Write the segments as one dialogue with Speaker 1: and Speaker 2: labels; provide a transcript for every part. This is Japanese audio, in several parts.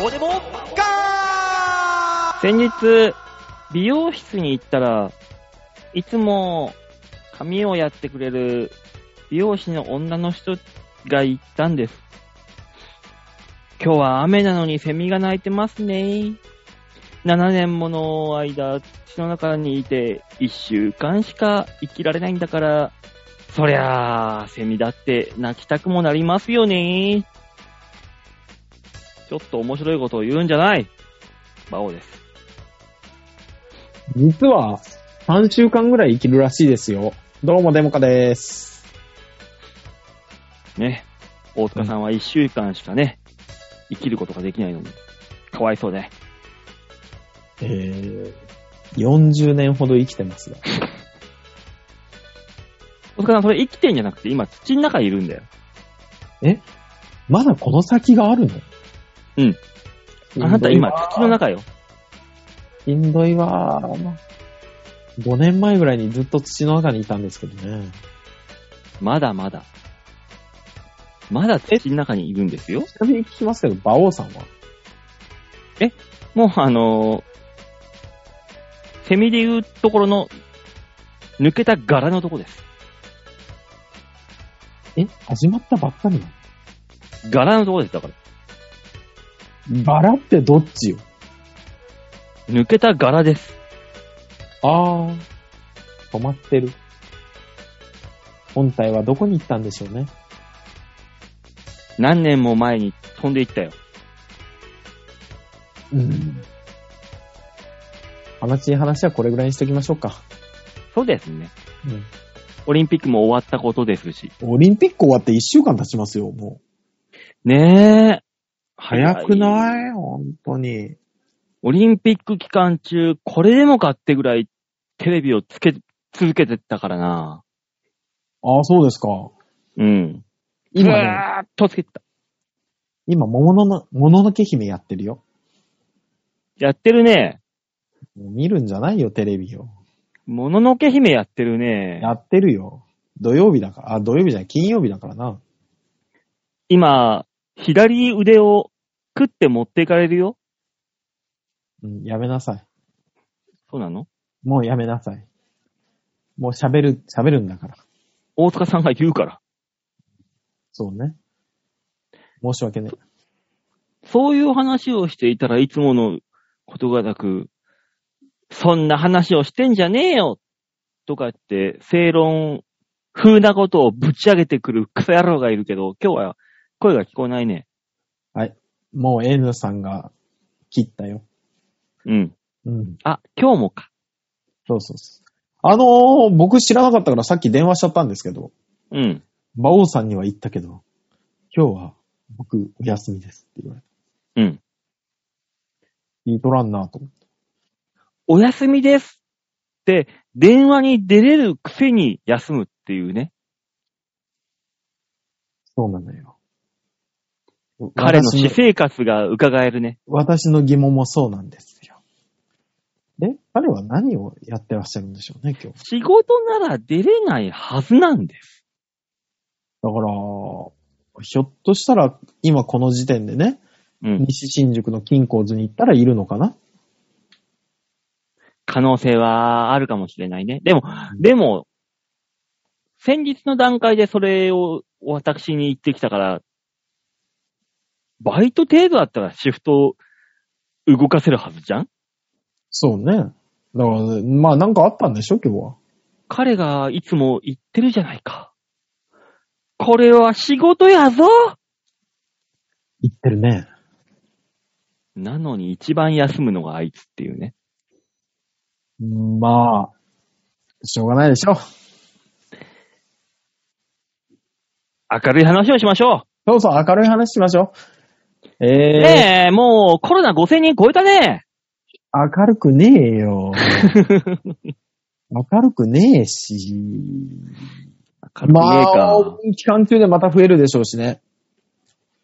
Speaker 1: どうでもガー
Speaker 2: 先日、美容室に行ったら、いつも髪をやってくれる美容師の女の人が言ったんです。今日は雨なのにセミが鳴いてますね。7年もの間、土の中にいて1週間しか生きられないんだから、そりゃあ、セミだって泣きたくもなりますよね。ちょっと面白いことを言うんじゃない馬王です。
Speaker 3: 実は、3週間ぐらい生きるらしいですよ。どうも、デモカです。
Speaker 2: ね、大塚さんは一週間しかね、生きることができないのに、かわいそうで。
Speaker 3: えー、40年ほど生きてますよ。
Speaker 2: 大塚さん、それ生きてんじゃなくて、今土の中にいるんだよ。
Speaker 3: まだこの先があるの
Speaker 2: うん。あなた今土の中よ。
Speaker 3: しんどいわー。5年前ぐらいにずっと土の中にいたんですけどね。
Speaker 2: まだまだ。まだ土の中にいるんですよ。
Speaker 3: ちなみに聞きますけど、馬王さんは
Speaker 2: もうあのー、セミで言うところの、抜けた柄のとこです。
Speaker 3: え始まったばっかりな
Speaker 2: 柄のとこです、だから。
Speaker 3: のバラってどっちよ
Speaker 2: 抜けた柄です。
Speaker 3: あー、止まってる。本体はどこに行ったんでしょうね。
Speaker 2: 何年も前に飛んでいったよ。
Speaker 3: うん。話し話はこれぐらいにしときましょうか。
Speaker 2: そうですね。
Speaker 3: うん。
Speaker 2: オリンピックも終わったことですし。
Speaker 3: オリンピック終わって1週間経ちますよ、もう。
Speaker 2: ねえ。
Speaker 3: 早く
Speaker 2: い
Speaker 3: ない本当に。
Speaker 2: オリンピック期間中、これでもかってぐらいテレビをつけ、続けてたからな。
Speaker 3: ああ、そうですか。
Speaker 2: うん。
Speaker 3: 今
Speaker 2: ず
Speaker 3: ね、
Speaker 2: ーっとつけてた。
Speaker 3: 今、ものの、もののけ姫やってるよ。
Speaker 2: やってるね。
Speaker 3: もう見るんじゃないよ、テレビを。
Speaker 2: もののけ姫やってるね。
Speaker 3: やってるよ。土曜日だから、あ、土曜日じゃない、金曜日だからな。
Speaker 2: 今、左腕を食って持っていかれるよ。
Speaker 3: うん、やめなさい。
Speaker 2: そうなの
Speaker 3: もうやめなさい。もう喋る、喋るんだから。
Speaker 2: 大塚さんが言うから。
Speaker 3: そうね。申し訳ね
Speaker 2: そういう話をしていたらいつものことがなく、そんな話をしてんじゃねえよとかって、正論風なことをぶち上げてくるクソ野郎がいるけど、今日は声が聞こえないね。
Speaker 3: え。もう N さんが切ったよ。
Speaker 2: うん。
Speaker 3: うん。
Speaker 2: あ、今日もか。
Speaker 3: そうそうそう。あのー、僕知らなかったからさっき電話しちゃったんですけど、
Speaker 2: うん。
Speaker 3: 馬王さんには言ったけど、今日は僕お休みですって言われた。
Speaker 2: うん。
Speaker 3: 言いとらんなと思って。
Speaker 2: お休みですって、電話に出れるくせに休むっていうね。
Speaker 3: そうなのよ。
Speaker 2: 彼の
Speaker 3: 私
Speaker 2: 私生活が伺えるね。
Speaker 3: 私の疑問もそうなんですよ。え彼は何をやってらっしゃるんでしょうね、今日。
Speaker 2: 仕事なら出れないはずなんです。
Speaker 3: だから、ひょっとしたら今この時点でね、
Speaker 2: うん。
Speaker 3: 西新宿の金庫図に行ったらいるのかな
Speaker 2: 可能性はあるかもしれないね。でも、でも、先日の段階でそれを私に言ってきたから、バイト程度だったらシフトを動かせるはずじゃん
Speaker 3: そうね。だから、まあなんかあったんでしょ、今日は。
Speaker 2: 彼がいつも言ってるじゃないか。これは仕事やぞ
Speaker 3: 行ってるね。
Speaker 2: なのに一番休むのがあいつっていうね。
Speaker 3: まあ、しょうがないでしょ。
Speaker 2: 明るい話をしましょ
Speaker 3: そうそう、明るい話しましょ
Speaker 2: う。
Speaker 3: う。えー、
Speaker 2: ねえ、もうコロナ5000人超えたね。
Speaker 3: 明るくねえ よ。明るくねえし。
Speaker 2: 明るくねえか。
Speaker 3: まあ、オープン期間中でまた増えるでしょうしね。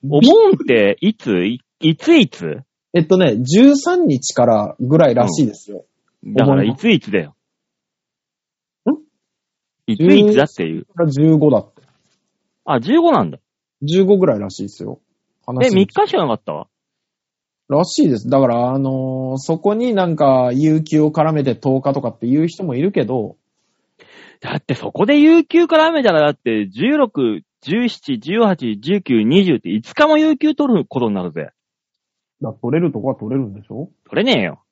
Speaker 2: お盆っていついいついつ
Speaker 3: えっとね、13日からぐらいらしいですよ。
Speaker 2: だから、いついつだよ。いついつだっていう。
Speaker 3: が15だって。
Speaker 2: あ、15なんだ。
Speaker 3: 15ぐらいらしいですよ。
Speaker 2: え、
Speaker 3: 話
Speaker 2: 3
Speaker 3: に
Speaker 2: 日しかなかったわ。
Speaker 3: らしいです。だから、あのーそこになんか、有給を絡めて10日とかっていう人もいるけど、
Speaker 2: だってそこで有給絡めたらだって16、17、18、19、20って5日も有給取ることになるぜ。
Speaker 3: だ取れるとこは取れるんでしょ
Speaker 2: 取れねえよ。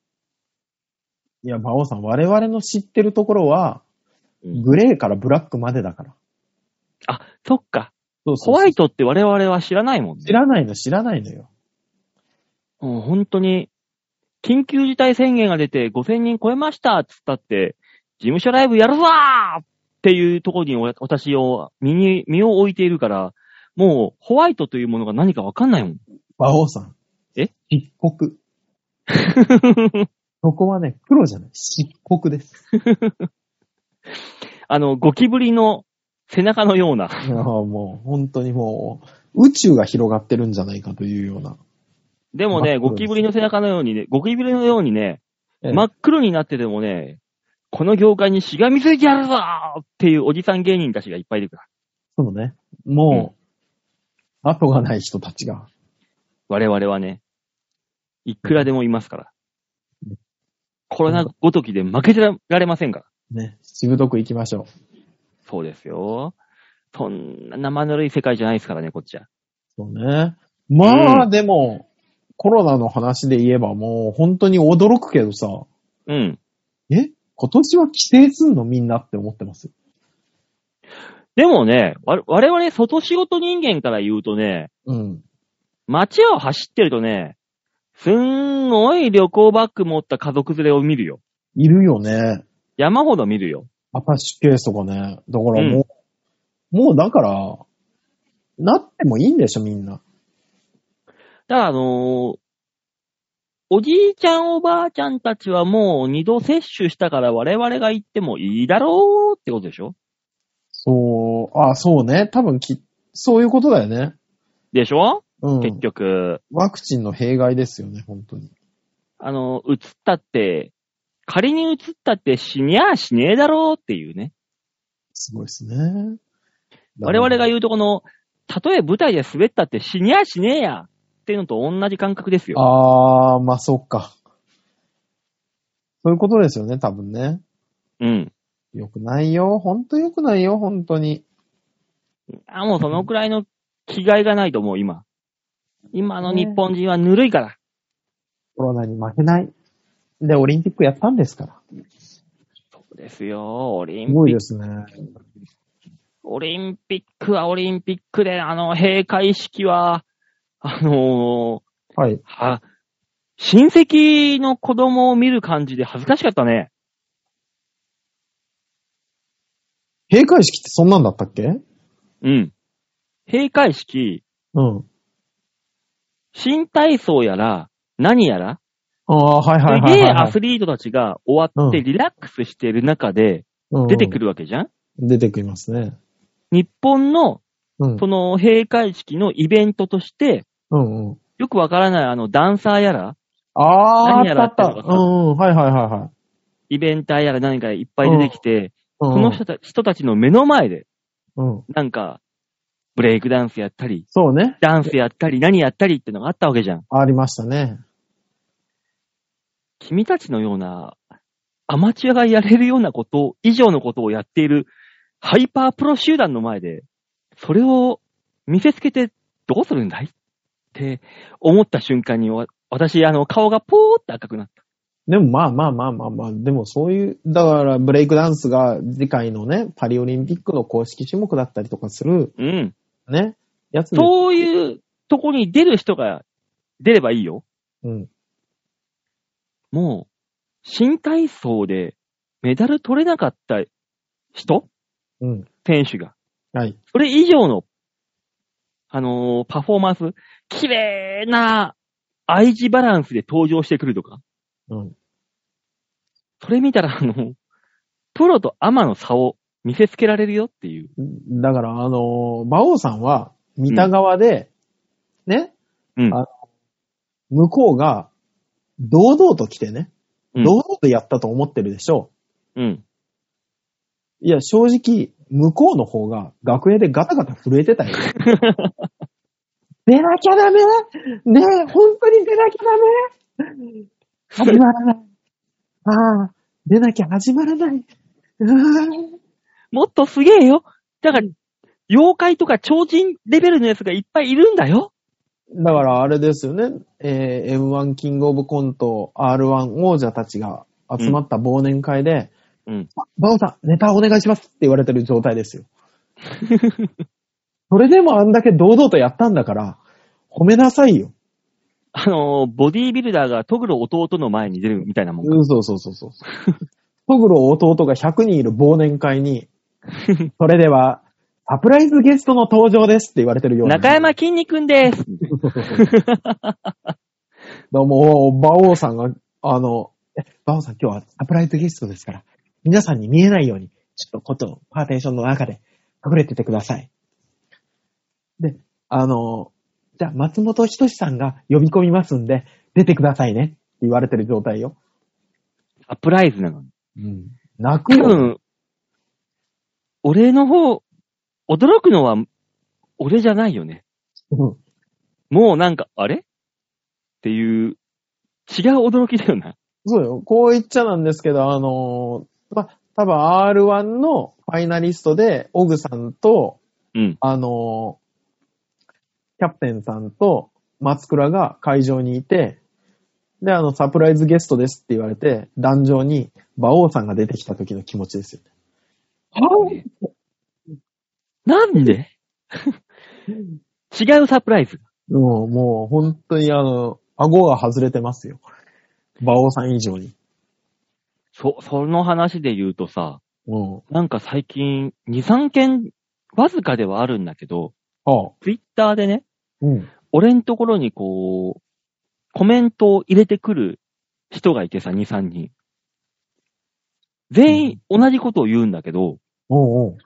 Speaker 3: いや、馬王さん、我々の知ってるところは、
Speaker 2: うん
Speaker 3: グレーからブラックまでだから。
Speaker 2: あ、そっか。
Speaker 3: そう
Speaker 2: ホワイトって我々は知らないもんね。
Speaker 3: 知らないの、知らないのよ。
Speaker 2: うん、本当に、緊急事態宣言が出て5000人超えましたっつったって、事務所ライブやるぞーっていうところにお私を身に、身を置いているから、もうホワイトというものが何かわかんないもん。
Speaker 3: 馬王さん。
Speaker 2: え
Speaker 3: 漆 黒。そこはね、黒じゃない。漆黒です。
Speaker 2: あの、ゴキブリの背中のような。
Speaker 3: いやもう、本当にもう、宇宙が広がってるんじゃないかというような。
Speaker 2: でもね、
Speaker 3: 真っ黒です
Speaker 2: ゴキブリの背中のようにね、ゴキブリのようにね、
Speaker 3: ええ
Speaker 2: 真っ黒になっててもね、この業界にしがみついてやるぞーっていうおじさん芸人たちがいっぱいいるから。
Speaker 3: そうね。もう、後がない人たちが。
Speaker 2: 我々はね、いくらでもいますから
Speaker 3: う。
Speaker 2: コロナごときで負けてられませんから。
Speaker 3: ね、しぶとく行きましょう。
Speaker 2: そうですよ。そんな生ぬるい世界じゃないですからね、こっちは。
Speaker 3: そうね。まあ、
Speaker 2: う
Speaker 3: でも、コロナの話で言えばもう、本当に驚くけどさ、
Speaker 2: うん。
Speaker 3: え今年は規制すんのみんなって思ってます。
Speaker 2: でもね、わ我々外仕事人間から言うとね、
Speaker 3: うん。
Speaker 2: 街を走ってるとね、すんごい旅行バッグ持った家族連れを見るよ。
Speaker 3: いるよね。
Speaker 2: 山ほど見るよ。
Speaker 3: アタッシュケースとかね。だから
Speaker 2: うん
Speaker 3: もう、もうだから、なってもいいんでしょ、みんな。
Speaker 2: だからあのーおじいちゃんおばあちゃんたちはもう二度接種したから我々が行ってもいいだろうってことでしょ
Speaker 3: そう、あ、そうね。多分き、そういうことだよね。
Speaker 2: でしょ、
Speaker 3: うん。
Speaker 2: 結局、
Speaker 3: ワクチンの弊害ですよね、本当に。
Speaker 2: あの、移ったって、仮に移ったって死にゃあしねえだろうっていうね。
Speaker 3: すごいですね。
Speaker 2: 我々が言うとこの、たとえ舞台で滑ったって死にゃあしねえやっていうのと同じ感覚ですよ。
Speaker 3: あー、まあ、そっか。そういうことですよね、多分ね。
Speaker 2: うん。
Speaker 3: よくないよ。ほんとよくないよ、本当に。
Speaker 2: あ、もうそのくらいの気概がないと思う、今。今の日本人はぬるいから。
Speaker 3: コロナに負けない。で、オリンピックやったんですから。
Speaker 2: そうですよ、オリン
Speaker 3: す
Speaker 2: ピ
Speaker 3: ごい
Speaker 2: ック。
Speaker 3: ですね。
Speaker 2: オリンピックはオリンピックで、あの、閉会式は、あのー
Speaker 3: はい。
Speaker 2: は、親戚の子供を見る感じで恥ずかしかったね。
Speaker 3: 閉会式ってそんなんだったっけ
Speaker 2: うん。閉会式、
Speaker 3: うん。
Speaker 2: 新体操やら、何やら、
Speaker 3: ああ、はいはい
Speaker 2: す
Speaker 3: は
Speaker 2: げ
Speaker 3: いは
Speaker 2: え
Speaker 3: い、は
Speaker 2: ア
Speaker 3: い。
Speaker 2: スリートたちが終わって
Speaker 3: うん
Speaker 2: リラックスしてる中で
Speaker 3: うん
Speaker 2: 出てくるわけじゃん、
Speaker 3: 出てきますね。
Speaker 2: 日本の、
Speaker 3: うん。
Speaker 2: その閉会式のイベントとして、
Speaker 3: うんうん。
Speaker 2: よくわからないあのダンサーやら、
Speaker 3: ああ、
Speaker 2: 何やら
Speaker 3: あったあ
Speaker 2: って
Speaker 3: っ
Speaker 2: る
Speaker 3: た。
Speaker 2: のか
Speaker 3: う
Speaker 2: なん
Speaker 3: うん。はいはいはいはい。
Speaker 2: イベンターやら何かいっぱい出てきて、
Speaker 3: うん
Speaker 2: その人た人たちの目の前で、
Speaker 3: うん。
Speaker 2: なんか、ブレイクダンスやったり、
Speaker 3: そうね。
Speaker 2: ダンスやったり、何やったりってのがあったわけじゃん。
Speaker 3: ありましたね。
Speaker 2: 君たちのような、アマチュアがやれるようなこと以上のことをやっている、ハイパープロ集団の前で、それを見せつけてどうするんだいって思った瞬間に、わ私、あの、顔がポーって赤くなった。
Speaker 3: でもまあまあまあまあまあ、でもそういう、だからブレイクダンスが次回のね、パリオリンピックの公式種目だったりとかする
Speaker 2: うん。
Speaker 3: ね、やつで
Speaker 2: そういうとこに出る人が出ればいいよ。
Speaker 3: うん。
Speaker 2: もう、新体操でメダル取れなかった人
Speaker 3: うん。
Speaker 2: 選手が。
Speaker 3: はい。
Speaker 2: それ以上の、あのーパフォーマンス、綺麗な愛知バランスで登場してくるとか、
Speaker 3: うん。
Speaker 2: それ見たら、あの、プロとアマの差を見せつけられるよっていう。
Speaker 3: だから、あのー、馬王さんは、見た側で、ね、
Speaker 2: うん
Speaker 3: あ向こうが、堂々と来てね、
Speaker 2: うん
Speaker 3: 堂々とやったと思ってるでしょ
Speaker 2: うん。
Speaker 3: う。いや、正直、向こうの方が、学園でガタガタ震えてたよ。出なきゃダメねえ、本当に出なきゃダメ 始まらない。ああ、出なきゃ始まらない。うわー
Speaker 2: もっとすげえよ。だから、妖怪とか超人レベルのやつがいっぱいいるんだよ。
Speaker 3: だからあれですよね、えー M1 キングオブコント R1 王者たちが集まった忘年会で、
Speaker 2: うん。
Speaker 3: あバオさん、ネタお願いしますって言われてる状態ですよ。 それでもあんだけ堂々とやったんだから、褒めなさいよ。
Speaker 2: あのー、ボディービルダーがトグロ弟の前に出るみたいなもん。
Speaker 3: うん、そうそうそうそう。トグロ弟が100人いる忘年会 に、それでは、サプライズゲストの登場ですって言われてるような。
Speaker 2: 中山筋肉んです。
Speaker 3: どうも、馬王さんが、あの、え馬王さん今日はサプライズゲストですから、皆さんに見えないように、ちょっとこっちのパーテーションの中で隠れててください。で、あの、じゃあ松本人志さんが呼び込みますんで、出てくださいねって言われてる状態よ。
Speaker 2: サプライズなのに。
Speaker 3: うん。泣く
Speaker 2: 多
Speaker 3: よ。
Speaker 2: 分、俺の方、驚くのは、俺じゃないよね。
Speaker 3: うん
Speaker 2: もうなんか、あれっていう、違う驚きだよな。
Speaker 3: そうよ。こう言っちゃなんですけど、あのーまあ、多分 R1 のファイナリストで、オグさんと、
Speaker 2: うん。
Speaker 3: あのーキャプテンさんと松倉が会場にいて、で、あの、サプライズゲストですって言われて、壇上に馬王さんが出てきた時の気持ちですよね。は
Speaker 2: なんで 違うサプライズ。
Speaker 3: もう、もう、本当にあの、顎が外れてますよ。馬王さん以上に。
Speaker 2: そ、その話で言うとさ、
Speaker 3: うん。
Speaker 2: なんか最近、2、3件、わずかではあるんだけど、
Speaker 3: はあ。
Speaker 2: ツイッターでね、
Speaker 3: うん。
Speaker 2: 俺んところにこう、コメントを入れてくる人がいてさ、2、3人。全員同じことを言うんだけど、
Speaker 3: おう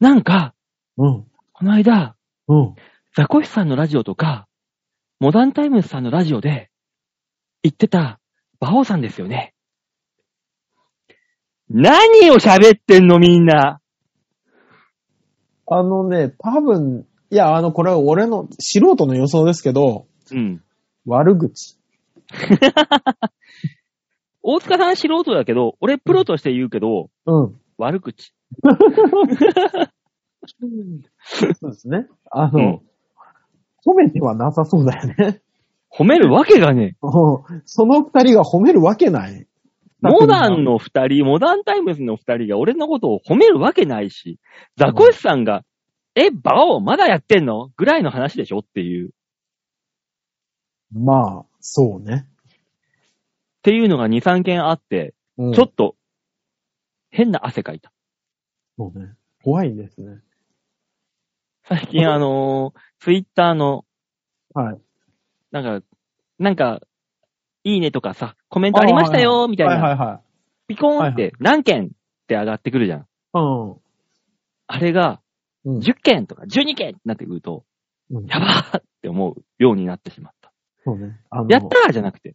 Speaker 2: なんか、
Speaker 3: おう。うん。
Speaker 2: この間、
Speaker 3: うん。
Speaker 2: ザコシさんのラジオとか、モダンタイムズさんのラジオで、言ってた、バオさんですよね。何を喋ってんのみんな。
Speaker 3: あのね、多分、いや、あの、これは俺の素人の予想ですけど、
Speaker 2: うん。
Speaker 3: 悪口。
Speaker 2: 大塚さん素人だけど、俺プロとして言うけど、
Speaker 3: うん。
Speaker 2: 悪口。
Speaker 3: そうですね。あ
Speaker 2: う
Speaker 3: の、褒めてはなさそうだよね。
Speaker 2: 褒めるわけがね
Speaker 3: うんその二人が褒めるわけない。
Speaker 2: え。モダンの二人、モダンタイムズの二人が俺のことを褒めるわけないし、ザコシさんが、え、バオまだやってんのぐらいの話でしょっていう。
Speaker 3: まあ、そうね。
Speaker 2: っていうのが2、3件あって、
Speaker 3: うん
Speaker 2: ちょっと、変な汗かいた。
Speaker 3: そうね。怖いですね。
Speaker 2: 最近 あのー、ツイッターの、
Speaker 3: はい。
Speaker 2: なんか、なんか、いいねとかさ、コメントありましたよ、みたい
Speaker 3: はいは
Speaker 2: な、
Speaker 3: いは
Speaker 2: ピコーンっ
Speaker 3: は
Speaker 2: て何件って上がってくるじゃん。
Speaker 3: い。
Speaker 2: あれが、
Speaker 3: うん。うん。
Speaker 2: 10件とか12件ってなってくると、
Speaker 3: うん
Speaker 2: やばーって思うようになってしまった。
Speaker 3: そうね。あ
Speaker 2: やっ
Speaker 3: の、
Speaker 2: たーじゃなくて、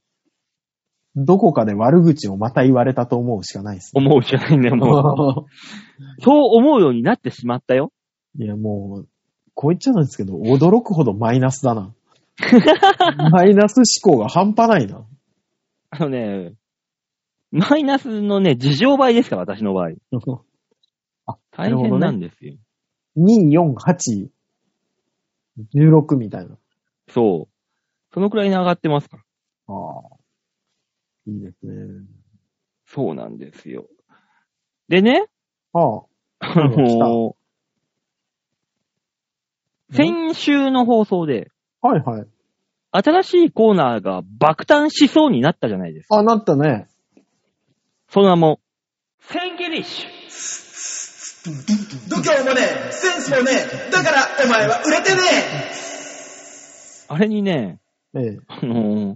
Speaker 3: どこかで悪口をまた言われたと思うしかないですね。
Speaker 2: 思うじゃないんだよ、もう。 そう思うようになってしまったよ。
Speaker 3: いや、もう、こう言っちゃなんですけど、驚くほどマイナス だな。マイナス思考が半端ないな。
Speaker 2: あのね、マイナスのね、事情倍ですから、私の場合。大
Speaker 3: なるほ
Speaker 2: 変
Speaker 3: どね
Speaker 2: なんですよ。
Speaker 3: 2、4、8、16みたいな。
Speaker 2: そう。そのくらいに上がってますから。
Speaker 3: ああ。いいですね。
Speaker 2: そうなんですよ。でね、
Speaker 3: ああ。
Speaker 2: あ
Speaker 3: ん
Speaker 2: のー先週の放送で、
Speaker 3: はいはい。
Speaker 2: 新しいコーナーが爆誕しそうになったじゃないですか。
Speaker 3: あ、なったね。
Speaker 2: その名も、千切りッシュ
Speaker 1: 度胸もねえ、センスもねえ、だからお前は売れてねえ
Speaker 2: あれにね、
Speaker 3: ええ。
Speaker 2: あのー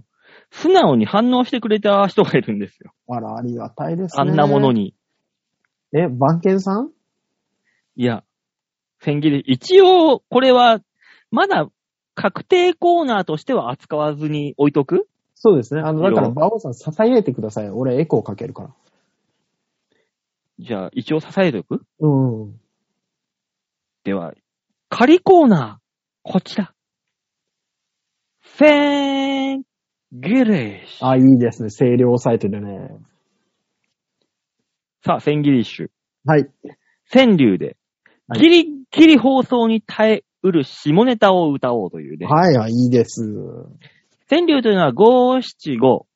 Speaker 2: 素直に反応してくれた人がいるんですよ。
Speaker 3: あら、ありがたいですね。
Speaker 2: あんなもの。に。
Speaker 3: え、番犬さん
Speaker 2: いや、千切り、一応、これは、まだ、確定コーナーとしては扱わずに置いとく
Speaker 3: そうですね。あの、だから、
Speaker 2: いや
Speaker 3: 馬王さん、囁いてください。俺、エコーかけるから。
Speaker 2: じゃあ、一応支えておく
Speaker 3: うん。
Speaker 2: では、仮コーナこちら。フェーングリッシュ。
Speaker 3: あ、いいですね。声量抑えてるね。
Speaker 2: さあ、フェンギリッシュ。
Speaker 3: はい。
Speaker 2: 川柳で、
Speaker 3: はい
Speaker 2: ギリギリ放送に耐えうる下ネタを歌おうというね。
Speaker 3: はい、はい、いいです。
Speaker 2: 川柳というのは五七五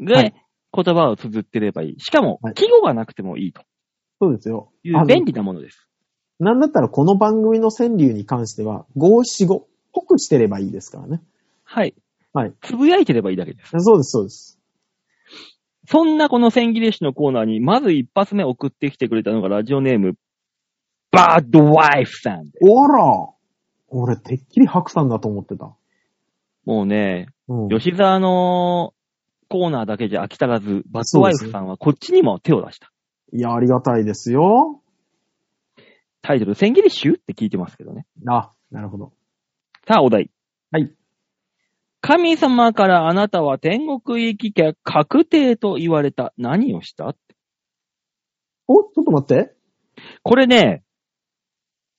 Speaker 3: は
Speaker 2: で
Speaker 3: い
Speaker 2: 言葉を綴ってればいい。しかも
Speaker 3: はい、
Speaker 2: 季語がなくてもいいと
Speaker 3: そうですよ。
Speaker 2: いう
Speaker 3: あの
Speaker 2: 便利なものです。
Speaker 3: なんだったらこの番組の川柳に関しては、五七五、濃くしてればいいですからね。
Speaker 2: はい。
Speaker 3: はい。
Speaker 2: つぶやいてればいいだけです。
Speaker 3: そうです、そうです。
Speaker 2: そんなこの千切れ氏のコーナーに、まず一発目送ってきてくれたのがラジオネーム、バッドワイフさんで。
Speaker 3: おら俺、てっきり白さんだと思ってた。
Speaker 2: もうね、
Speaker 3: うん。
Speaker 2: 吉沢のコーナーだけじゃ飽き足らず、バッドワイフさんはこっちにも手を出した。
Speaker 3: いや、ありがたいですよ。
Speaker 2: タイトル、千切れ衆って聞いてますけどね。
Speaker 3: あ、なるほど。
Speaker 2: さあ、お題。
Speaker 3: はい。
Speaker 2: 神様からあなたは天国行き客確定と言われた。何をした
Speaker 3: お、ちょっと待って。
Speaker 2: これね、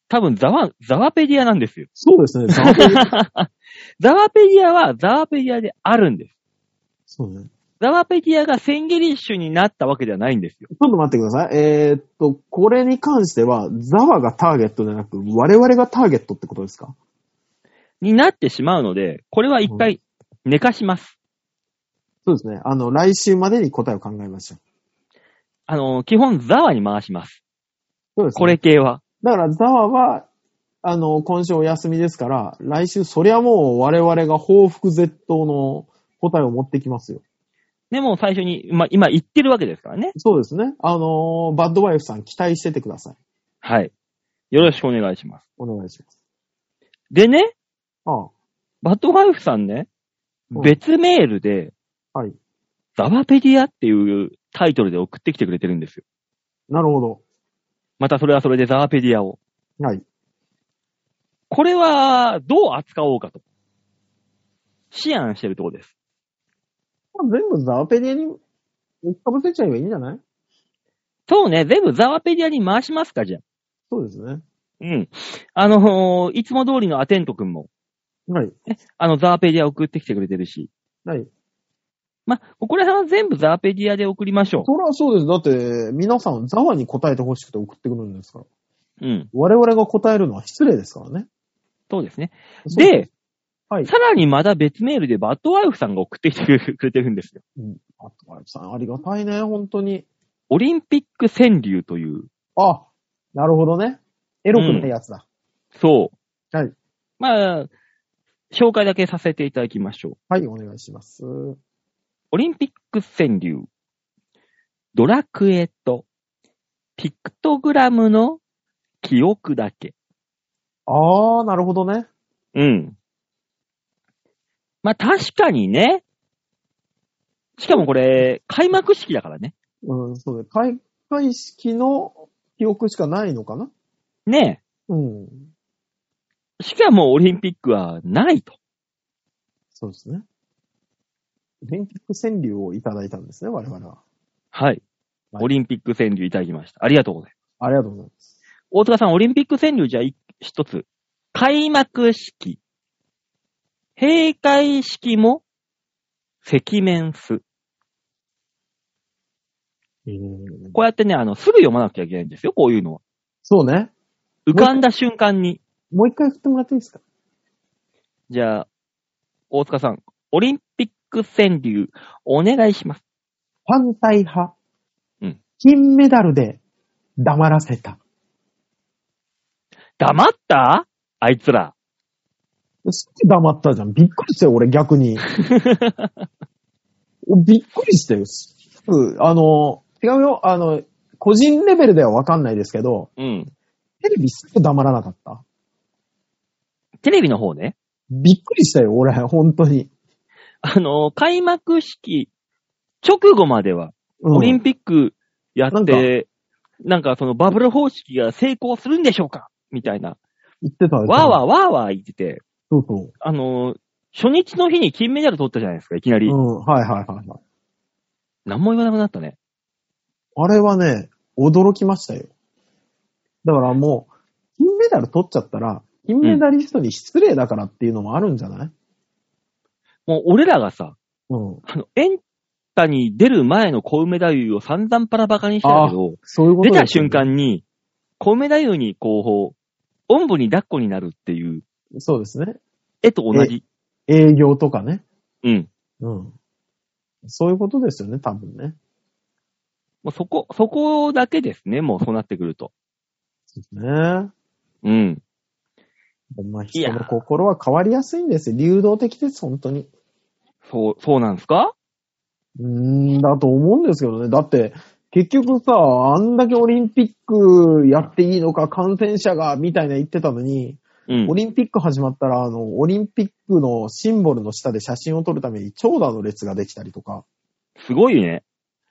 Speaker 2: 多分ザワ、ザワペディアなんですよ。
Speaker 3: そうですね。 ざわめき
Speaker 2: ザワペディアはザワペディアであるんです。
Speaker 3: そうね。
Speaker 2: ザワペディアが千切り種になったわけではないんですよ。
Speaker 3: ちょっと待ってください。えーっと、これに関しては、ザワがターゲットじゃなく、我々がターゲットってことですか
Speaker 2: になってしまうので、これは一回寝かします。
Speaker 3: そうですね。あの、来週までに答えを考えましょう。
Speaker 2: あのー、基本ザワに回します。
Speaker 3: そうです、ね。
Speaker 2: これ。系は。
Speaker 3: だから、ザワは、あの、今週お休みですから、来週、そりゃもう我々が報復絶倒の答えを持ってきますよ。
Speaker 2: でも最初に、まあ、今言ってるわけですからね。
Speaker 3: そうですね。あのーバッドワイフさん期待しててください。
Speaker 2: はい。よろしくお願いします。
Speaker 3: お願いします。
Speaker 2: でね、
Speaker 3: ああ
Speaker 2: バッドワイフさんね、
Speaker 3: うん
Speaker 2: 別メールで、
Speaker 3: はい。
Speaker 2: ザワペディアっていうタイトルで送ってきてくれてるんですよ。
Speaker 3: なるほど。
Speaker 2: またそれはそれでザワペディアを。
Speaker 3: はい。
Speaker 2: これは、どう扱おうかと。思案してるところです。
Speaker 3: まあ全部ザワペディアに、かぶせちゃえばいいんじゃない
Speaker 2: そうね、全部ザワペディアに回しますか、じゃあ。
Speaker 3: そうですね。
Speaker 2: うん。あのーいつも通りのアテント君も、
Speaker 3: はい。
Speaker 2: あの、ザワペディア送ってきてくれてるし。
Speaker 3: はい。
Speaker 2: ま、ここら辺は全部ザワペディアで送りましょ
Speaker 3: そりゃそうです。だって、皆さん、ザワに答えてほしくて送ってくるんですから。
Speaker 2: う。うん。
Speaker 3: 我々が答えるのは失礼ですからね。
Speaker 2: そうですね。
Speaker 3: そうす、
Speaker 2: で、
Speaker 3: はい。
Speaker 2: さらにまた別メールでバッドワイフさんが送ってきてくれてるんですよ。
Speaker 3: バッドワイフさん、ありがたいね、本当に。
Speaker 2: オリンピック川柳という、
Speaker 3: あ、なるほどね。エロくないやつだ。
Speaker 2: そう。
Speaker 3: はい。
Speaker 2: まあ、紹介だけさせていただきましょう。
Speaker 3: はい、お願いします。
Speaker 2: オリンピック川柳、ドラクエと、ピクトグラムの記憶だけ。
Speaker 3: あー、なるほどね。
Speaker 2: うん。まあ、確かにね。しかもこれ、開幕式だからね。
Speaker 3: うん、そうね。開会式の記憶しかないのかな
Speaker 2: ね
Speaker 3: うん。
Speaker 2: え。しかもオリンピックはないと。
Speaker 3: そうですね。電気川柳をいただいたんですね、我々は。
Speaker 2: はい。
Speaker 3: はい
Speaker 2: オリンピック川柳いただきました。ありがとうございます。
Speaker 3: ありがとうございます。
Speaker 2: 大塚さん、オリンピック川柳じゃあい一つ。開幕式。閉会式も、赤面す。
Speaker 3: えー、
Speaker 2: こうやってね、あの、すぐ読まなきゃいけないんですよ、こういうのは。
Speaker 3: そうね。
Speaker 2: 浮かんだ瞬間に。
Speaker 3: もう一回振ってもらっていいですか
Speaker 2: じゃあ、大塚さん、オリンピック川柳、お願いします。
Speaker 3: 反対派。
Speaker 2: うん。
Speaker 3: 金メダルで黙らせた。
Speaker 2: 黙ったあいつら。
Speaker 3: すぐ黙ったじゃん。びっくりしたよ、俺逆に。 おびっくりしたよ。すぐあの、違うよ。あの、個人レベルではわかんないですけど、
Speaker 2: うん。
Speaker 3: テレビすぐ黙らなかった。
Speaker 2: テレビの方ね。
Speaker 3: びっくりしたよ、俺、本当に。
Speaker 2: あの、開幕式直後までは、
Speaker 3: うん、
Speaker 2: オリンピックや
Speaker 3: な
Speaker 2: っ
Speaker 3: んか
Speaker 2: て、なんかそのバブル方式が成功するんでしょうかみたいな。
Speaker 3: 行ってたわ
Speaker 2: わーわーわーわー言ってて、
Speaker 3: そうそう。
Speaker 2: あの、初日の日に金メダル取ったじゃないですか、いきな
Speaker 3: う
Speaker 2: り。
Speaker 3: ん、はいはいはいはい。
Speaker 2: 何も言わなくなったね。
Speaker 3: あれはね、驚きましたよ。だからもう、金メダル取っちゃったら、金メダリストに失礼だからっていうのもあるんじゃない
Speaker 2: もう俺らがさ、
Speaker 3: うん。
Speaker 2: あの、エンタに出る前の小梅太夫を散々パラバカにしてたけど、
Speaker 3: そういうこと
Speaker 2: 出
Speaker 3: ですよ
Speaker 2: た瞬。間に、小梅太夫にこう、おんぶに抱っこになるっていう、
Speaker 3: そうですね。
Speaker 2: 絵と同じ。
Speaker 3: 営業とかね。
Speaker 2: うん。
Speaker 3: うん。そういうことですよね、多分ね。
Speaker 2: もうそこ、そこだけですね、もうそうなってくると。
Speaker 3: そうですね。
Speaker 2: うん。
Speaker 3: ほんま
Speaker 2: い
Speaker 3: 人
Speaker 2: や
Speaker 3: の心は変わりやすいんですよ。流動的です、本当に。
Speaker 2: そう、そうなんですか
Speaker 3: うーん、だと思うんですけどね。だって、結局さ、あんだけオリンピックやっていいのか、感染者が、みたいな言ってたのに、
Speaker 2: うん
Speaker 3: オ。リンピック始まったら、あの、オリンピックのシンボルの下で写真を撮るために長蛇の列ができたりとか。
Speaker 2: すごいね、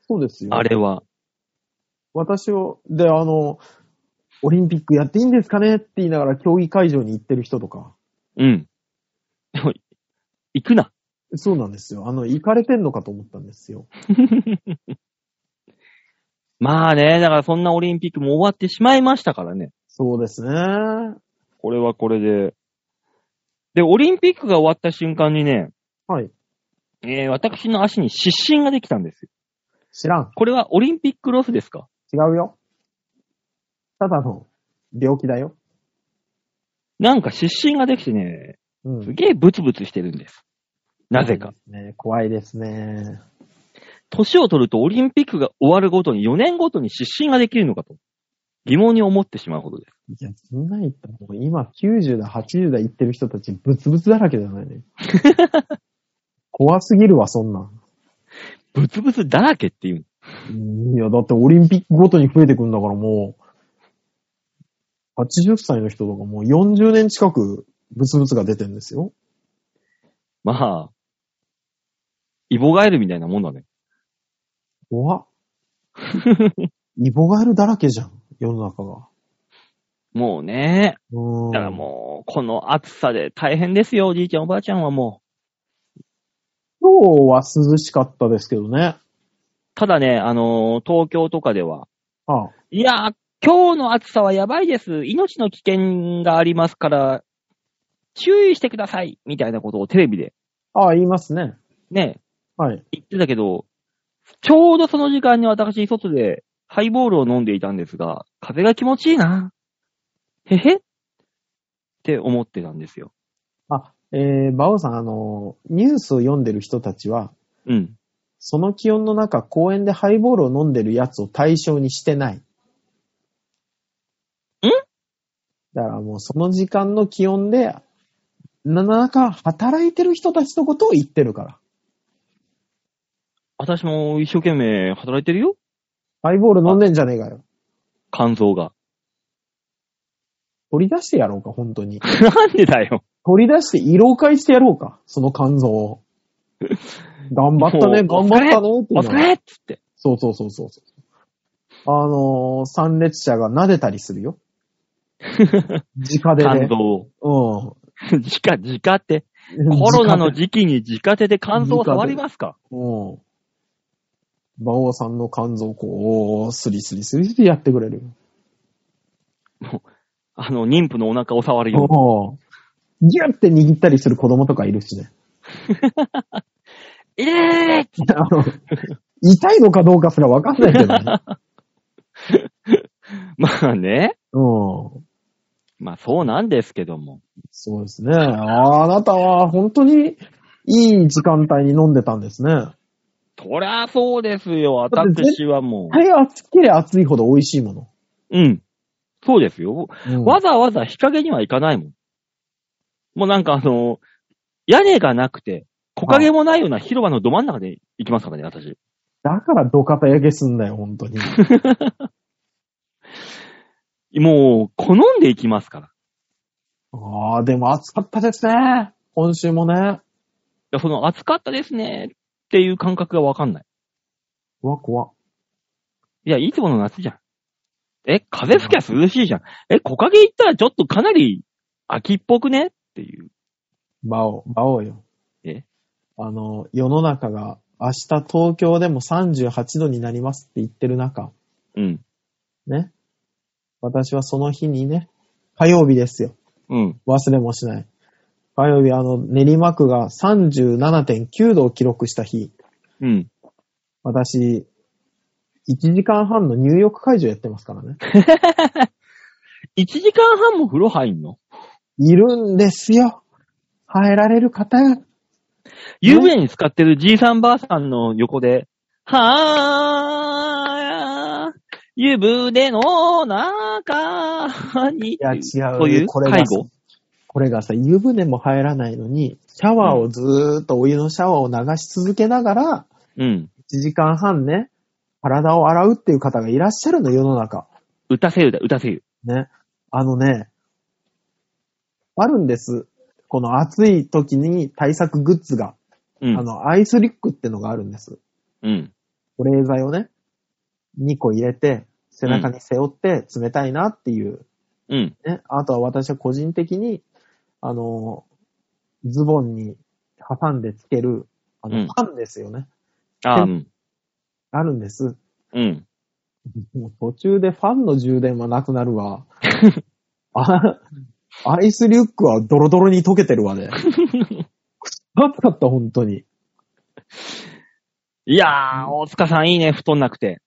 Speaker 3: そうですよ。
Speaker 2: あれは。
Speaker 3: 私を、で、あの、オリンピックやっていいんですかねって言いながら競技会場に行ってる人とか。
Speaker 2: うん。でも行くな。
Speaker 3: そうなんですよ。あの、行かれてんのかと思ったんですよ。
Speaker 2: まあね、だからそんなオリンピックも終わってしまいましたからね。
Speaker 3: そうですね。は
Speaker 2: これはこれで。で、オリンピックが終わった瞬間にね、
Speaker 3: い。
Speaker 2: えー私の足に湿疹ができたんですよ。
Speaker 3: 知らん。
Speaker 2: これはオリンピックロスですか
Speaker 3: 違うよ。ただの病気だよ。
Speaker 2: なんか湿疹ができてね、
Speaker 3: うん。
Speaker 2: すげえブツブツしてるんです。なぜか。。
Speaker 3: ね、怖いですね。
Speaker 2: 年を取るとオリンピックが終わるごとに4年ごとに湿疹ができるのかと疑問に思ってしまうほどです。
Speaker 3: いや、そんなん言ったら、もう今90代、80代行ってる人たちブツブツだらけじゃない ね。怖すぎるわ、そんなん。
Speaker 2: ブツブツだらけっていう。
Speaker 3: うんいや、だってオリンピックごとに増えてくんだからもう、80歳の人とかもう40年近くブツブツが出てんですよ。
Speaker 2: まあ、イボガエルみたいなもんだね。
Speaker 3: 怖っ。イボガエルだらけじゃん、世の中が。
Speaker 2: もうね。
Speaker 3: うん。
Speaker 2: だからもう、この暑さで大変ですよ、おじいちゃんおばあちゃんはもう。
Speaker 3: 今日は涼しかったですけどね。
Speaker 2: ただね、あのー東京とかでは、
Speaker 3: ああ
Speaker 2: いやー、今日の暑さはやばいです。命の危険がありますから、注意してくださいみたいなことをテレビで
Speaker 3: ああ、言いますね。
Speaker 2: ね、
Speaker 3: はい。
Speaker 2: 言ってたけど、ちょうどその時間に私、外でハイボールを飲んでいたんですが、風が気持ちいいな。へへって思ってたんですよ。
Speaker 3: あ、えー、バオさん、あの、ニュースを読んでる人たちは、
Speaker 2: うん。
Speaker 3: その気温の中、公園でハイボールを飲んでるやつを対象にしてない。んだからもうその時間の気温で、なかなか働いてる人たちのことを言ってるから。
Speaker 2: 私も一生懸命働いてるよ。
Speaker 3: ハイボール飲んでんじゃねえかよ。
Speaker 2: 肝臓 が。
Speaker 3: 取り出してやろうか、本当に。
Speaker 2: なんでだよ。
Speaker 3: 取り出して色解してやろうか、その肝臓 を。頑張ったね、
Speaker 2: もう
Speaker 3: 頑張ったね、ってい
Speaker 2: お
Speaker 3: う
Speaker 2: 疲
Speaker 3: のは。
Speaker 2: れっつって。
Speaker 3: そうそうそうそうそう。あのー参列者が撫でたりす るよ。直で
Speaker 2: 肝。
Speaker 3: ね
Speaker 2: 臓を。
Speaker 3: うん。
Speaker 2: じか、じかって。コロナの時期にじか手で肝臓を触りますか
Speaker 3: うん。馬王さんの肝臓をこう、スリスリスリスリやってくれるよ。
Speaker 2: あの、妊婦のお腹を触るように。
Speaker 3: うん。ギュって握ったりする子供とかいるしね。
Speaker 2: ええーっつって
Speaker 3: あ の、痛いのかどうかすらわかんないけどね。
Speaker 2: まあね。
Speaker 3: うん。
Speaker 2: まあそうなんですけども。
Speaker 3: そうですね。ああなたは本当にいい時間帯に飲んでたんですね。
Speaker 2: そりゃそうですよ。
Speaker 3: だって
Speaker 2: 私はも
Speaker 3: はい、熱ければ熱いほど美味しいもの。
Speaker 2: う。うん。そうですよ。
Speaker 3: うん
Speaker 2: わざわざ日陰には行かないもん。もうなんかあの、屋根がなくて、木陰もないような広場のど真ん中で行きますからね、私。
Speaker 3: だからドカタ焼けすんだよ、本当に。
Speaker 2: もう、好んで行きますから。
Speaker 3: ああ、でも暑かったですね。今週もね。
Speaker 2: いや、その暑かったですねっていう感覚がわかんない。
Speaker 3: うわ、怖っ
Speaker 2: いや、いつもの夏じゃん。え、風吹きゃ涼しいじゃん。え、木陰行ったらちょっとかなり秋っぽくねっていう。
Speaker 3: バオ、バオよ。
Speaker 2: え
Speaker 3: あの、世の中が明日東京でも38度になりますって言ってる中、
Speaker 2: うん。
Speaker 3: ね。私はその日にね、火曜日ですよ。
Speaker 2: うん。
Speaker 3: 忘れもしない。火曜日、あの、練馬区が37.9度を記録した日、
Speaker 2: うん。
Speaker 3: 私、1時間半の入浴会場やってますからね。
Speaker 2: 1時間半も風呂入んの
Speaker 3: いるんですよ。入られる方が。
Speaker 2: ゆうべに使ってるじいさんばあさんの横で、はー、湯船の中に。
Speaker 3: いや、違う。
Speaker 2: そういう
Speaker 3: これ
Speaker 2: 介
Speaker 3: が
Speaker 2: 護
Speaker 3: これがさ、湯船も入らないのに、シャワーをずーっとお湯のシャワーを流し続けながら、
Speaker 2: うん。
Speaker 3: 1時間半ね、体を洗うっていう方がいらっしゃるの、世の中。
Speaker 2: 打たせるだ、打たせる。
Speaker 3: ね。あのね、あるんです。この暑い時に対策グッズが、
Speaker 2: うん。
Speaker 3: あの、アイスリックってのがあるんです。
Speaker 2: うん。
Speaker 3: 保冷剤をね、2個入れて、背中に背負って冷たいなっていう、
Speaker 2: うん。
Speaker 3: ね。あとは私は個人的に、あの、ズボンに挟んでつける、あ
Speaker 2: うん
Speaker 3: の、パンですよね。
Speaker 2: あーうん。
Speaker 3: あるんです。
Speaker 2: うん。
Speaker 3: もう途中でファンの充電はなくなるわ。 あアイスリュックはドロドロに溶けてるわね。くっ暑かった、本当に。
Speaker 2: いやー、大塚さんいいね、布団なくて。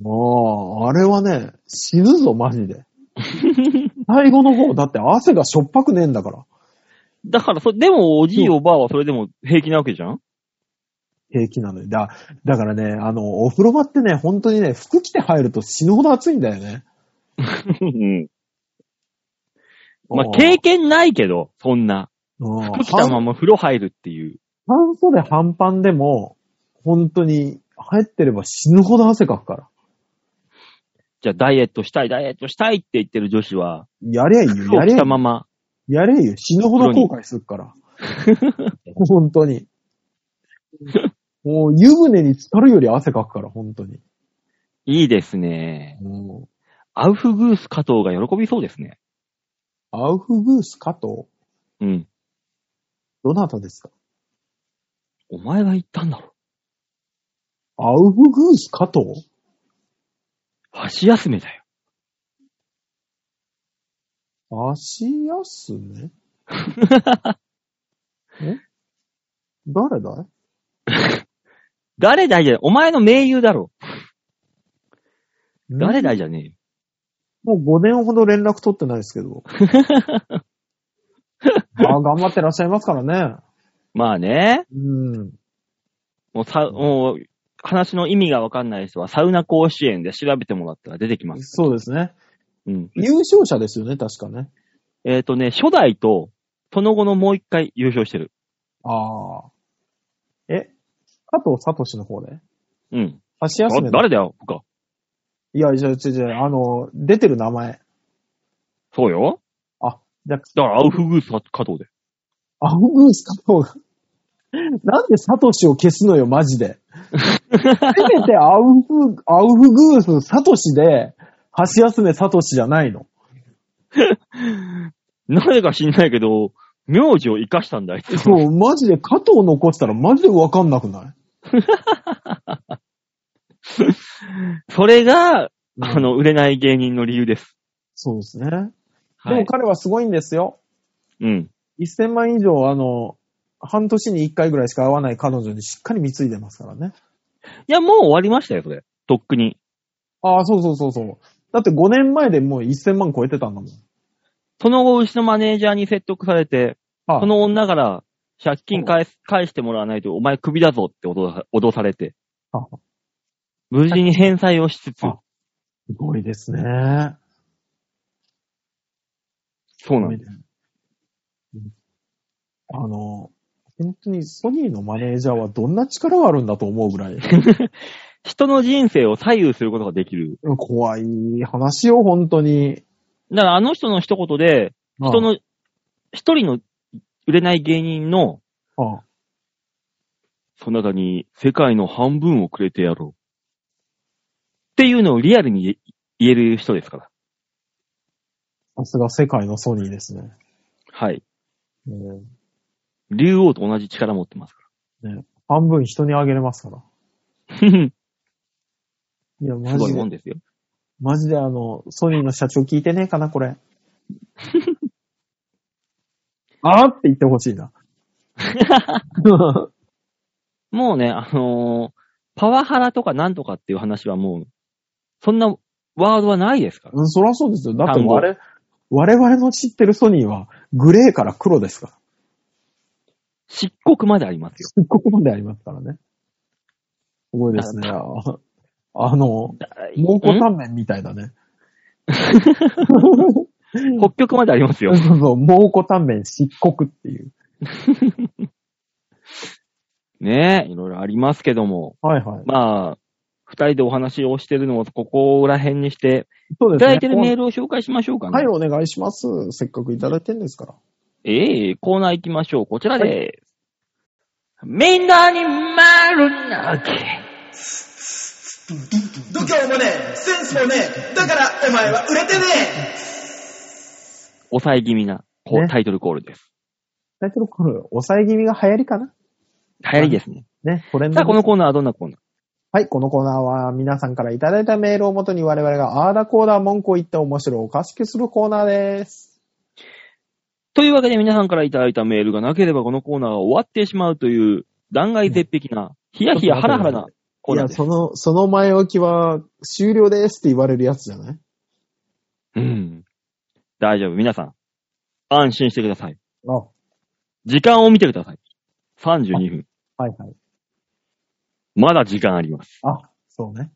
Speaker 3: もう、あれはね、死ぬぞ、マ ジで。最後の方、だって汗がしょっぱくねえんだから。
Speaker 2: だから、そ、でも、おじいおばあはそれでも平気なわけじゃん
Speaker 3: 平気なのに。だ、だからね、あの、お風呂場ってね、本当にね、服着て入ると死ぬほど暑いんだよね。
Speaker 2: うん。 まあ
Speaker 3: う、ん
Speaker 2: 経験ないけど、そんな。
Speaker 3: うん
Speaker 2: 服着たまま風呂入るっていう。
Speaker 3: 半袖半パンでも、本当に入ってれば死ぬほど汗かくから。
Speaker 2: じゃあ、ダイエットしたい、ダイエットしたいって言ってる女子は、
Speaker 3: やれいい
Speaker 2: 服
Speaker 3: よ、
Speaker 2: を
Speaker 3: やれ
Speaker 2: 着
Speaker 3: いい
Speaker 2: た
Speaker 3: よ。
Speaker 2: まま。
Speaker 3: やれよ。死ぬほど後悔す るから。本当に。もう湯船に浸かるより汗かくから、本当に。
Speaker 2: いいですね。
Speaker 3: も
Speaker 2: アウフグース加藤が喜びそうですね。
Speaker 3: う、アウフグース加藤
Speaker 2: うん。
Speaker 3: どなたですか
Speaker 2: お前が言ったんだろ。
Speaker 3: アウフグース加藤
Speaker 2: 箸休めだよ。
Speaker 3: 足休 めえ誰だい
Speaker 2: 誰だいじゃ、お前の盟友だろ。誰だいじゃね
Speaker 3: もう5年ほど連絡取ってないです けど。まあ、頑張ってらっしゃいますからね。
Speaker 2: え。まあね。
Speaker 3: うん。
Speaker 2: もうさ、もう、話の意味がわかんない人は、サウナ甲子園で調べてもらったら出てきます。
Speaker 3: そうですね。
Speaker 2: うん。
Speaker 3: 優勝者ですよね、確かね。
Speaker 2: えっ、とね、初代と、その後のもう一回優勝してる。
Speaker 3: ああ。え加藤聡の方で
Speaker 2: うん。
Speaker 3: 橋
Speaker 2: あ
Speaker 3: 休めの
Speaker 2: 誰だよ、他。
Speaker 3: いや、じゃあ、じゃあじゃあ、あの、出てる名前。
Speaker 2: そうよ。
Speaker 3: じゃ
Speaker 2: だから、アウフグース加藤で。
Speaker 3: あ、アングース加藤が。なんでサトシを消すのよ、マジで。せめてアウフ、アウフグース、サトシで、橋休めサトシじゃないの。
Speaker 2: なぜか知んないけど、名字を生かしたんだ、あいつ。
Speaker 3: そう、マジで加藤残したらマジでわかんなくない
Speaker 2: それが、あの、売れない芸人の理由です。
Speaker 3: そうですね。で
Speaker 2: は
Speaker 3: も
Speaker 2: い。
Speaker 3: 彼はすごいんですよ。
Speaker 2: うん。
Speaker 3: 1000万以上、あの、半年に1回ぐらいしか会わない彼女にしっかり貢いでますからね。
Speaker 2: いや、もう終わりましたよ、それ。とっくに。
Speaker 3: ああ、そうそうそうそう。だって5年前でもう1000万超えてたんだもん。
Speaker 2: その後、うちのマネージャーに説得されて、
Speaker 3: ああ
Speaker 2: この女から、借金返す、返してもらわないと、お前クビだぞって脅さ脅されて
Speaker 3: ああ、
Speaker 2: 無事に返済をしつつ、
Speaker 3: あすごいですね。す
Speaker 2: そうなん
Speaker 3: ごい
Speaker 2: です。
Speaker 3: ねあの、本当にソニーのマネージャーはどんな力があるんだと思うぐ らい、
Speaker 2: 人の人生を左右することができる。
Speaker 3: 怖い話よ、本当に。
Speaker 2: だから、あの人の一言で、人の、一人の売れない芸人の、
Speaker 3: ああ、ああ
Speaker 2: そなたに世界の半分をくれてやろう。っていうのをリアルに言える人ですから。
Speaker 3: さすが世界のソニーですね。
Speaker 2: はい。
Speaker 3: うん
Speaker 2: 竜王と同じ力持ってますか
Speaker 3: 半分人にあげれますから。
Speaker 2: ら。
Speaker 3: いや、マ
Speaker 2: すごい
Speaker 3: ジ
Speaker 2: もん、
Speaker 3: で
Speaker 2: ですよ。
Speaker 3: マジであの、ソニーの社長聞いてねえかな、これ。あーって言ってほしいな。
Speaker 2: もうね、あのーパワハラとかなんとかっていう話はもう、そんなワードはないですから。
Speaker 3: うん、そらそうですよ。だって
Speaker 2: 単語
Speaker 3: 我々、我々の知ってるソニーは、グレーから黒ですから。
Speaker 2: 漆黒までありますよ。
Speaker 3: ここまでありますからね。すごいですね。あの、蒙古
Speaker 2: ん
Speaker 3: タンメンみたい だね。
Speaker 2: 北極までありますよ
Speaker 3: そう。そう、蒙古タンメン漆黒っていう。
Speaker 2: ねえ、いろいろありますけども。
Speaker 3: はいはい。
Speaker 2: まあ、二人でお話をしてるのをここら辺にして、
Speaker 3: そう
Speaker 2: い
Speaker 3: で
Speaker 2: ただ
Speaker 3: すね。
Speaker 2: いてるメールを紹介しましょうかね。
Speaker 3: はい、お願いします。せっかくいただいてんですから。
Speaker 2: ええコーナー行きましょう。こちらです。みんなに丸投げ。
Speaker 1: 度胸もねえ、センスもねえ、だからお前は売れてね
Speaker 2: 抑え気味な、こう
Speaker 3: ね
Speaker 2: タイトルコールです。
Speaker 3: タイトルコール、抑え気味が流行りかな
Speaker 2: 流行りですね。
Speaker 3: ね、トレンド。
Speaker 2: さあ、このコーナーはどんなコーナー
Speaker 3: はい、このコーナーは皆さんからいただいたメールをもとに我々があーだこーだ文句を言って面白おかしくするコーナーです。
Speaker 2: というわけで皆さんからいただいたメールがなければこのコーナーは終わってしまうという断崖絶壁な、ヒヤヒヤハラハラなコー
Speaker 3: い
Speaker 2: ナー
Speaker 3: や、
Speaker 2: です
Speaker 3: そ。の、その前置きは終了ですって言われるやつじゃない
Speaker 2: うん。大丈夫。皆さん、安心してください。
Speaker 3: あ、は
Speaker 2: 時間を見てください。32分。
Speaker 3: いはい。
Speaker 2: まだ時間あります。
Speaker 3: あ、そうね。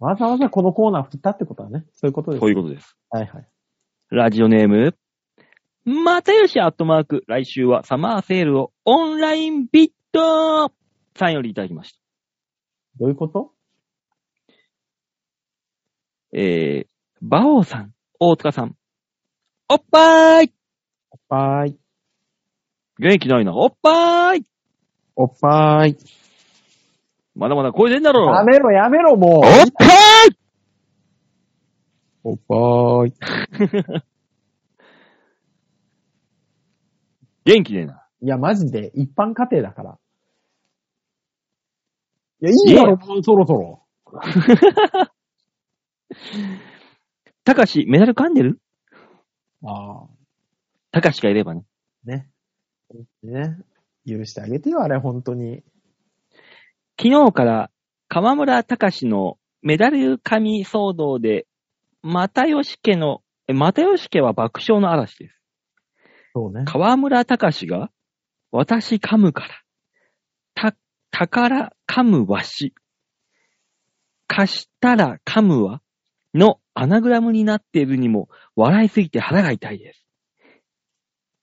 Speaker 3: わざわざこのコーナー振ったってことはね、そういうことです。
Speaker 2: そういうことです。
Speaker 3: はいはい。
Speaker 2: ラジオネーム、またよしアットマーク、来週はサマーセールをオンラインビットさんよりいただきました。
Speaker 3: どういうこと
Speaker 2: えー、バオさん、大塚さん、おっぱーい
Speaker 3: はーい。
Speaker 2: 元気ないな、おっぱーい
Speaker 3: おっぱーい。
Speaker 2: まだまだ声出んだろ
Speaker 3: やめろやめろも
Speaker 2: お
Speaker 3: う
Speaker 2: っぱーい
Speaker 3: おっぱーい。
Speaker 2: 元気ねえな。
Speaker 3: いや、マジで、一般家庭だから。いや、いいだろ、もうそろそろ。
Speaker 2: たかし、メダル噛んでる
Speaker 3: ああ、
Speaker 2: たかしがいればね。
Speaker 3: ね。ね。許してあげてよ、あれ、本当に。
Speaker 2: 昨日から、河村たかしのメダル紙騒動で、またよし家の、えまたよし家は爆笑の嵐です。
Speaker 3: そうね。
Speaker 2: 河村隆史が、私噛むから、た、宝噛むわし、貸したら噛むわ、のアナグラムになっているにも、笑いすぎて腹が痛いです。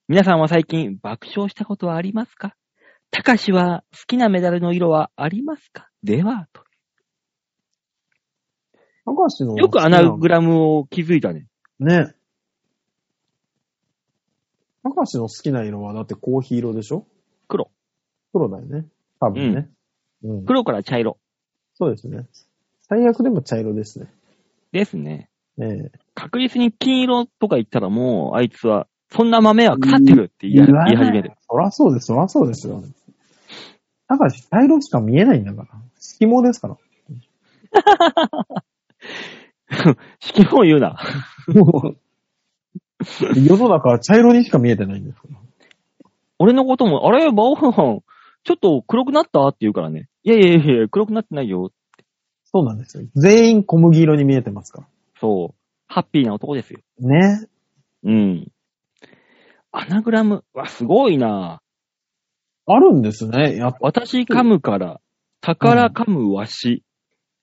Speaker 2: 皆さんは最近爆笑したことはありますか隆史は好きなメダルの色はありますかでは、と。
Speaker 3: 高橋の。
Speaker 2: よくアナグラムを気づいたね。
Speaker 3: ね。高橋の好きな色は、だってコーヒー色でしょ
Speaker 2: 黒。
Speaker 3: 黒だよね。多分ね。うん。
Speaker 2: 黒から茶色。
Speaker 3: そうですね。最悪でも茶色ですね。
Speaker 2: ですね。
Speaker 3: ええ
Speaker 2: 確実に金色とか言ったらもう、あいつは、そんな豆は腐ってるって言い
Speaker 3: 言わない
Speaker 2: 言い始める。
Speaker 3: そらそうです、そらそうですよ。ただし、茶色しか見えないんだから。色毛です から。
Speaker 2: 色も言うな。
Speaker 3: もう世の中は茶色にしか見えてないんですから。
Speaker 2: 俺のことも、あれ、バオハン、ちょっと黒くなったって言うからね。いやいやいやいや、黒くなってないよ。
Speaker 3: そうなんですよ。全員小麦色に見えてますか
Speaker 2: そう。ハッピーな男ですよ。
Speaker 3: ら。ね。
Speaker 2: うん。アナグラム。わ、すごいな
Speaker 3: あるんですね。やっぱ
Speaker 2: 私噛むから、宝噛むわし、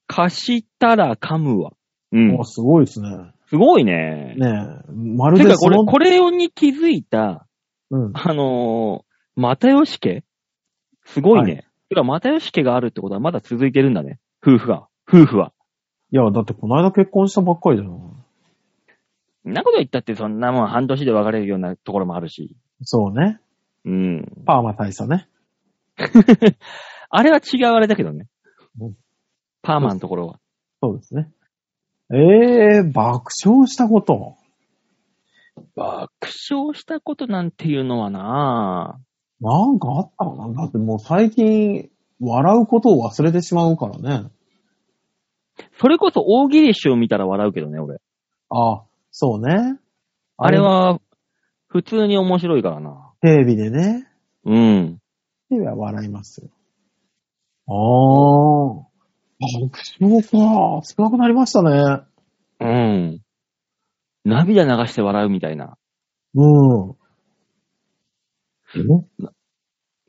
Speaker 2: 貸したら噛むわ。うん
Speaker 3: もう。すごいですね。
Speaker 2: すごいね。
Speaker 3: ねえ。まる
Speaker 2: て
Speaker 3: で
Speaker 2: か、
Speaker 3: そ
Speaker 2: これ、
Speaker 3: の、
Speaker 2: これに気づいた、
Speaker 3: うん。
Speaker 2: あのー、又吉家すごいね。
Speaker 3: は
Speaker 2: てか、又吉家があるってことはまだ続いてるんだね。夫婦が。夫婦は。
Speaker 3: いや、だってこの間結婚したばっかりじゃん。
Speaker 2: んなこと言ったってそんなもん半年で別れるようなところもあるし。
Speaker 3: そうね。
Speaker 2: うん。
Speaker 3: パーマ大佐ね。
Speaker 2: あれは違うあれだけどね
Speaker 3: うん。
Speaker 2: パーマのところは。
Speaker 3: そうですね。ええ爆笑したこと。
Speaker 2: 爆笑したことなんていうのはなぁ。
Speaker 3: なんかあったかなだってもう最近、笑うことを忘れてしまうからね。
Speaker 2: それこそ大喜利師を見たら笑うけどね、俺。
Speaker 3: あそうね。
Speaker 2: あれは、普通に面白いからな。
Speaker 3: テレビでね。
Speaker 2: うん。
Speaker 3: テレビは笑いますよ。ああ。爆笑か。少なくなりましたね。
Speaker 2: うん。涙流して笑うみたいな。
Speaker 3: うん。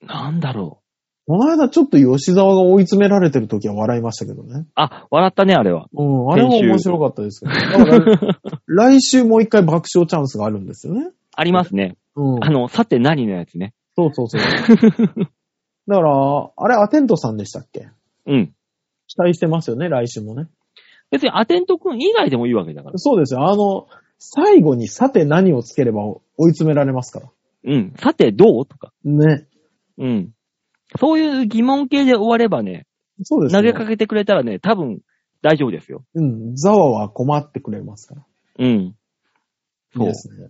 Speaker 2: なんだろ
Speaker 3: この間ちょっと吉沢が追い詰められてる時は笑いましたけどね。
Speaker 2: う。あ、笑ったね、あれは。
Speaker 3: うん、あれは
Speaker 2: 先週
Speaker 3: 面白かったですけど。だから、来週もう一回爆笑チャンスがあるんですよね。
Speaker 2: ありますね。
Speaker 3: うん。
Speaker 2: あの、さて何のやつね。
Speaker 3: そうそうそう。だから、あれ、アテントさんでしたっけ
Speaker 2: うん。
Speaker 3: 期待してますよね、来週もね。
Speaker 2: 別にアテント君以外でもいいわけだから。
Speaker 3: そうですよ。あの、最後にさて何をつければ追い詰められますから。
Speaker 2: うん。さてどうとか。
Speaker 3: ね。
Speaker 2: うん。そういう疑問系で終わればね、
Speaker 3: そうです
Speaker 2: 投
Speaker 3: よ
Speaker 2: げかけてくれたらね、多分大丈夫ですよ。
Speaker 3: うん。ザワは困ってくれますから。
Speaker 2: うん。
Speaker 3: いい
Speaker 2: そう
Speaker 3: で。すね。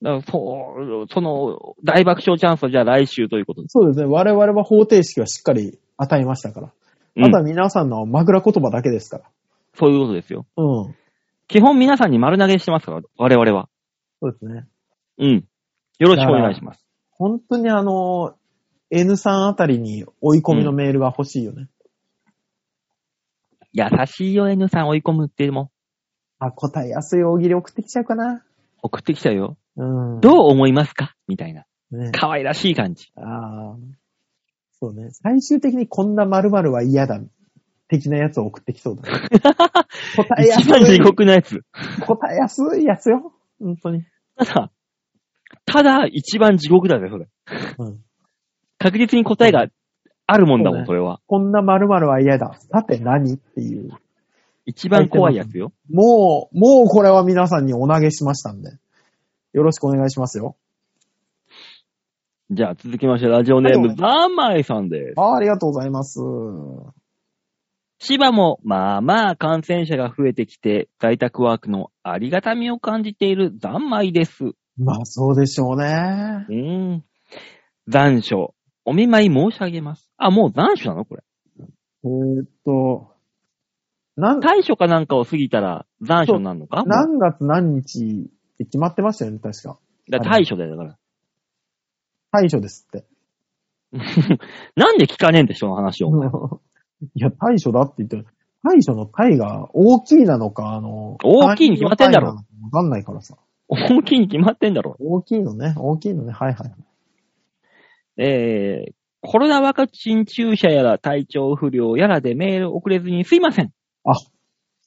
Speaker 2: だからそう、その、大爆笑チャンスはじゃあ来週ということです。
Speaker 3: そうですね。我々は方程式はしっかり与えましたから。
Speaker 2: うん
Speaker 3: あとは皆さんの枕言葉だけですから。
Speaker 2: そういうことですよ。
Speaker 3: うん。
Speaker 2: 基本皆さんに丸投げしてますから、我々は。
Speaker 3: そうですね。
Speaker 2: うん。よろしくお願いします。
Speaker 3: 本当にあの、N さんあたりに追い込みのメールが欲しいよね。
Speaker 2: 優しいよ、N さん追い込むっても。
Speaker 3: あ、答えやすい大喜利送ってきちゃうかな。
Speaker 2: 送ってきたよ。
Speaker 3: うん。
Speaker 2: どう思いますかみたいな。
Speaker 3: ね。
Speaker 2: 可愛らしい感じ。
Speaker 3: ああ。そうね。最終的にこんな〇〇は嫌だ。的なやつを送ってきそうだ。 答えやす
Speaker 2: 一番地
Speaker 3: い。
Speaker 2: 獄なやつ。
Speaker 3: 答えやすいやつよ。本当に。
Speaker 2: ただ、ただ一番地獄だね、それ。
Speaker 3: うん。
Speaker 2: 確実に答えがあるもんだもん、
Speaker 3: そ
Speaker 2: それは。
Speaker 3: こんな〇〇は嫌だ。さて何っていう。
Speaker 2: 一番怖いやつよ。
Speaker 3: もう、もうこれは皆さんにお投げしましたんで。よろしくお願いしますよ。
Speaker 2: じゃあ続きまして、ラジオネーム、ざんまいさんです。
Speaker 3: あーありがとうございます。
Speaker 2: 千葉も、まあまあ感染者が増えてきて、在宅ワークのありがたみを感じているざんまいです。う
Speaker 3: まあそうでしょうね。
Speaker 2: ーん。残暑。お見舞い申し上げます。あ、もう残暑なのこれ。
Speaker 3: えーっと、なん、
Speaker 2: 大暑かなんかを過ぎたら残暑になるのかもう
Speaker 3: 何月何日って決まってましたよね、確か。
Speaker 2: だから大暑だよ、だから。
Speaker 3: 対処です って。
Speaker 2: なんで聞かねえんだ、人の話を。
Speaker 3: いや、対処だって言ってる。対処の対が大きいなのか、あの、
Speaker 2: 大きいに決まってんだろ
Speaker 3: 単位の単位なのかわかんないからさ。
Speaker 2: 大きいに決まってんだろ。
Speaker 3: 大きいのね、大きいのね、はいはい。
Speaker 2: えー、コロナワクチン注射やら体調不良やらでメール送れずにすいません。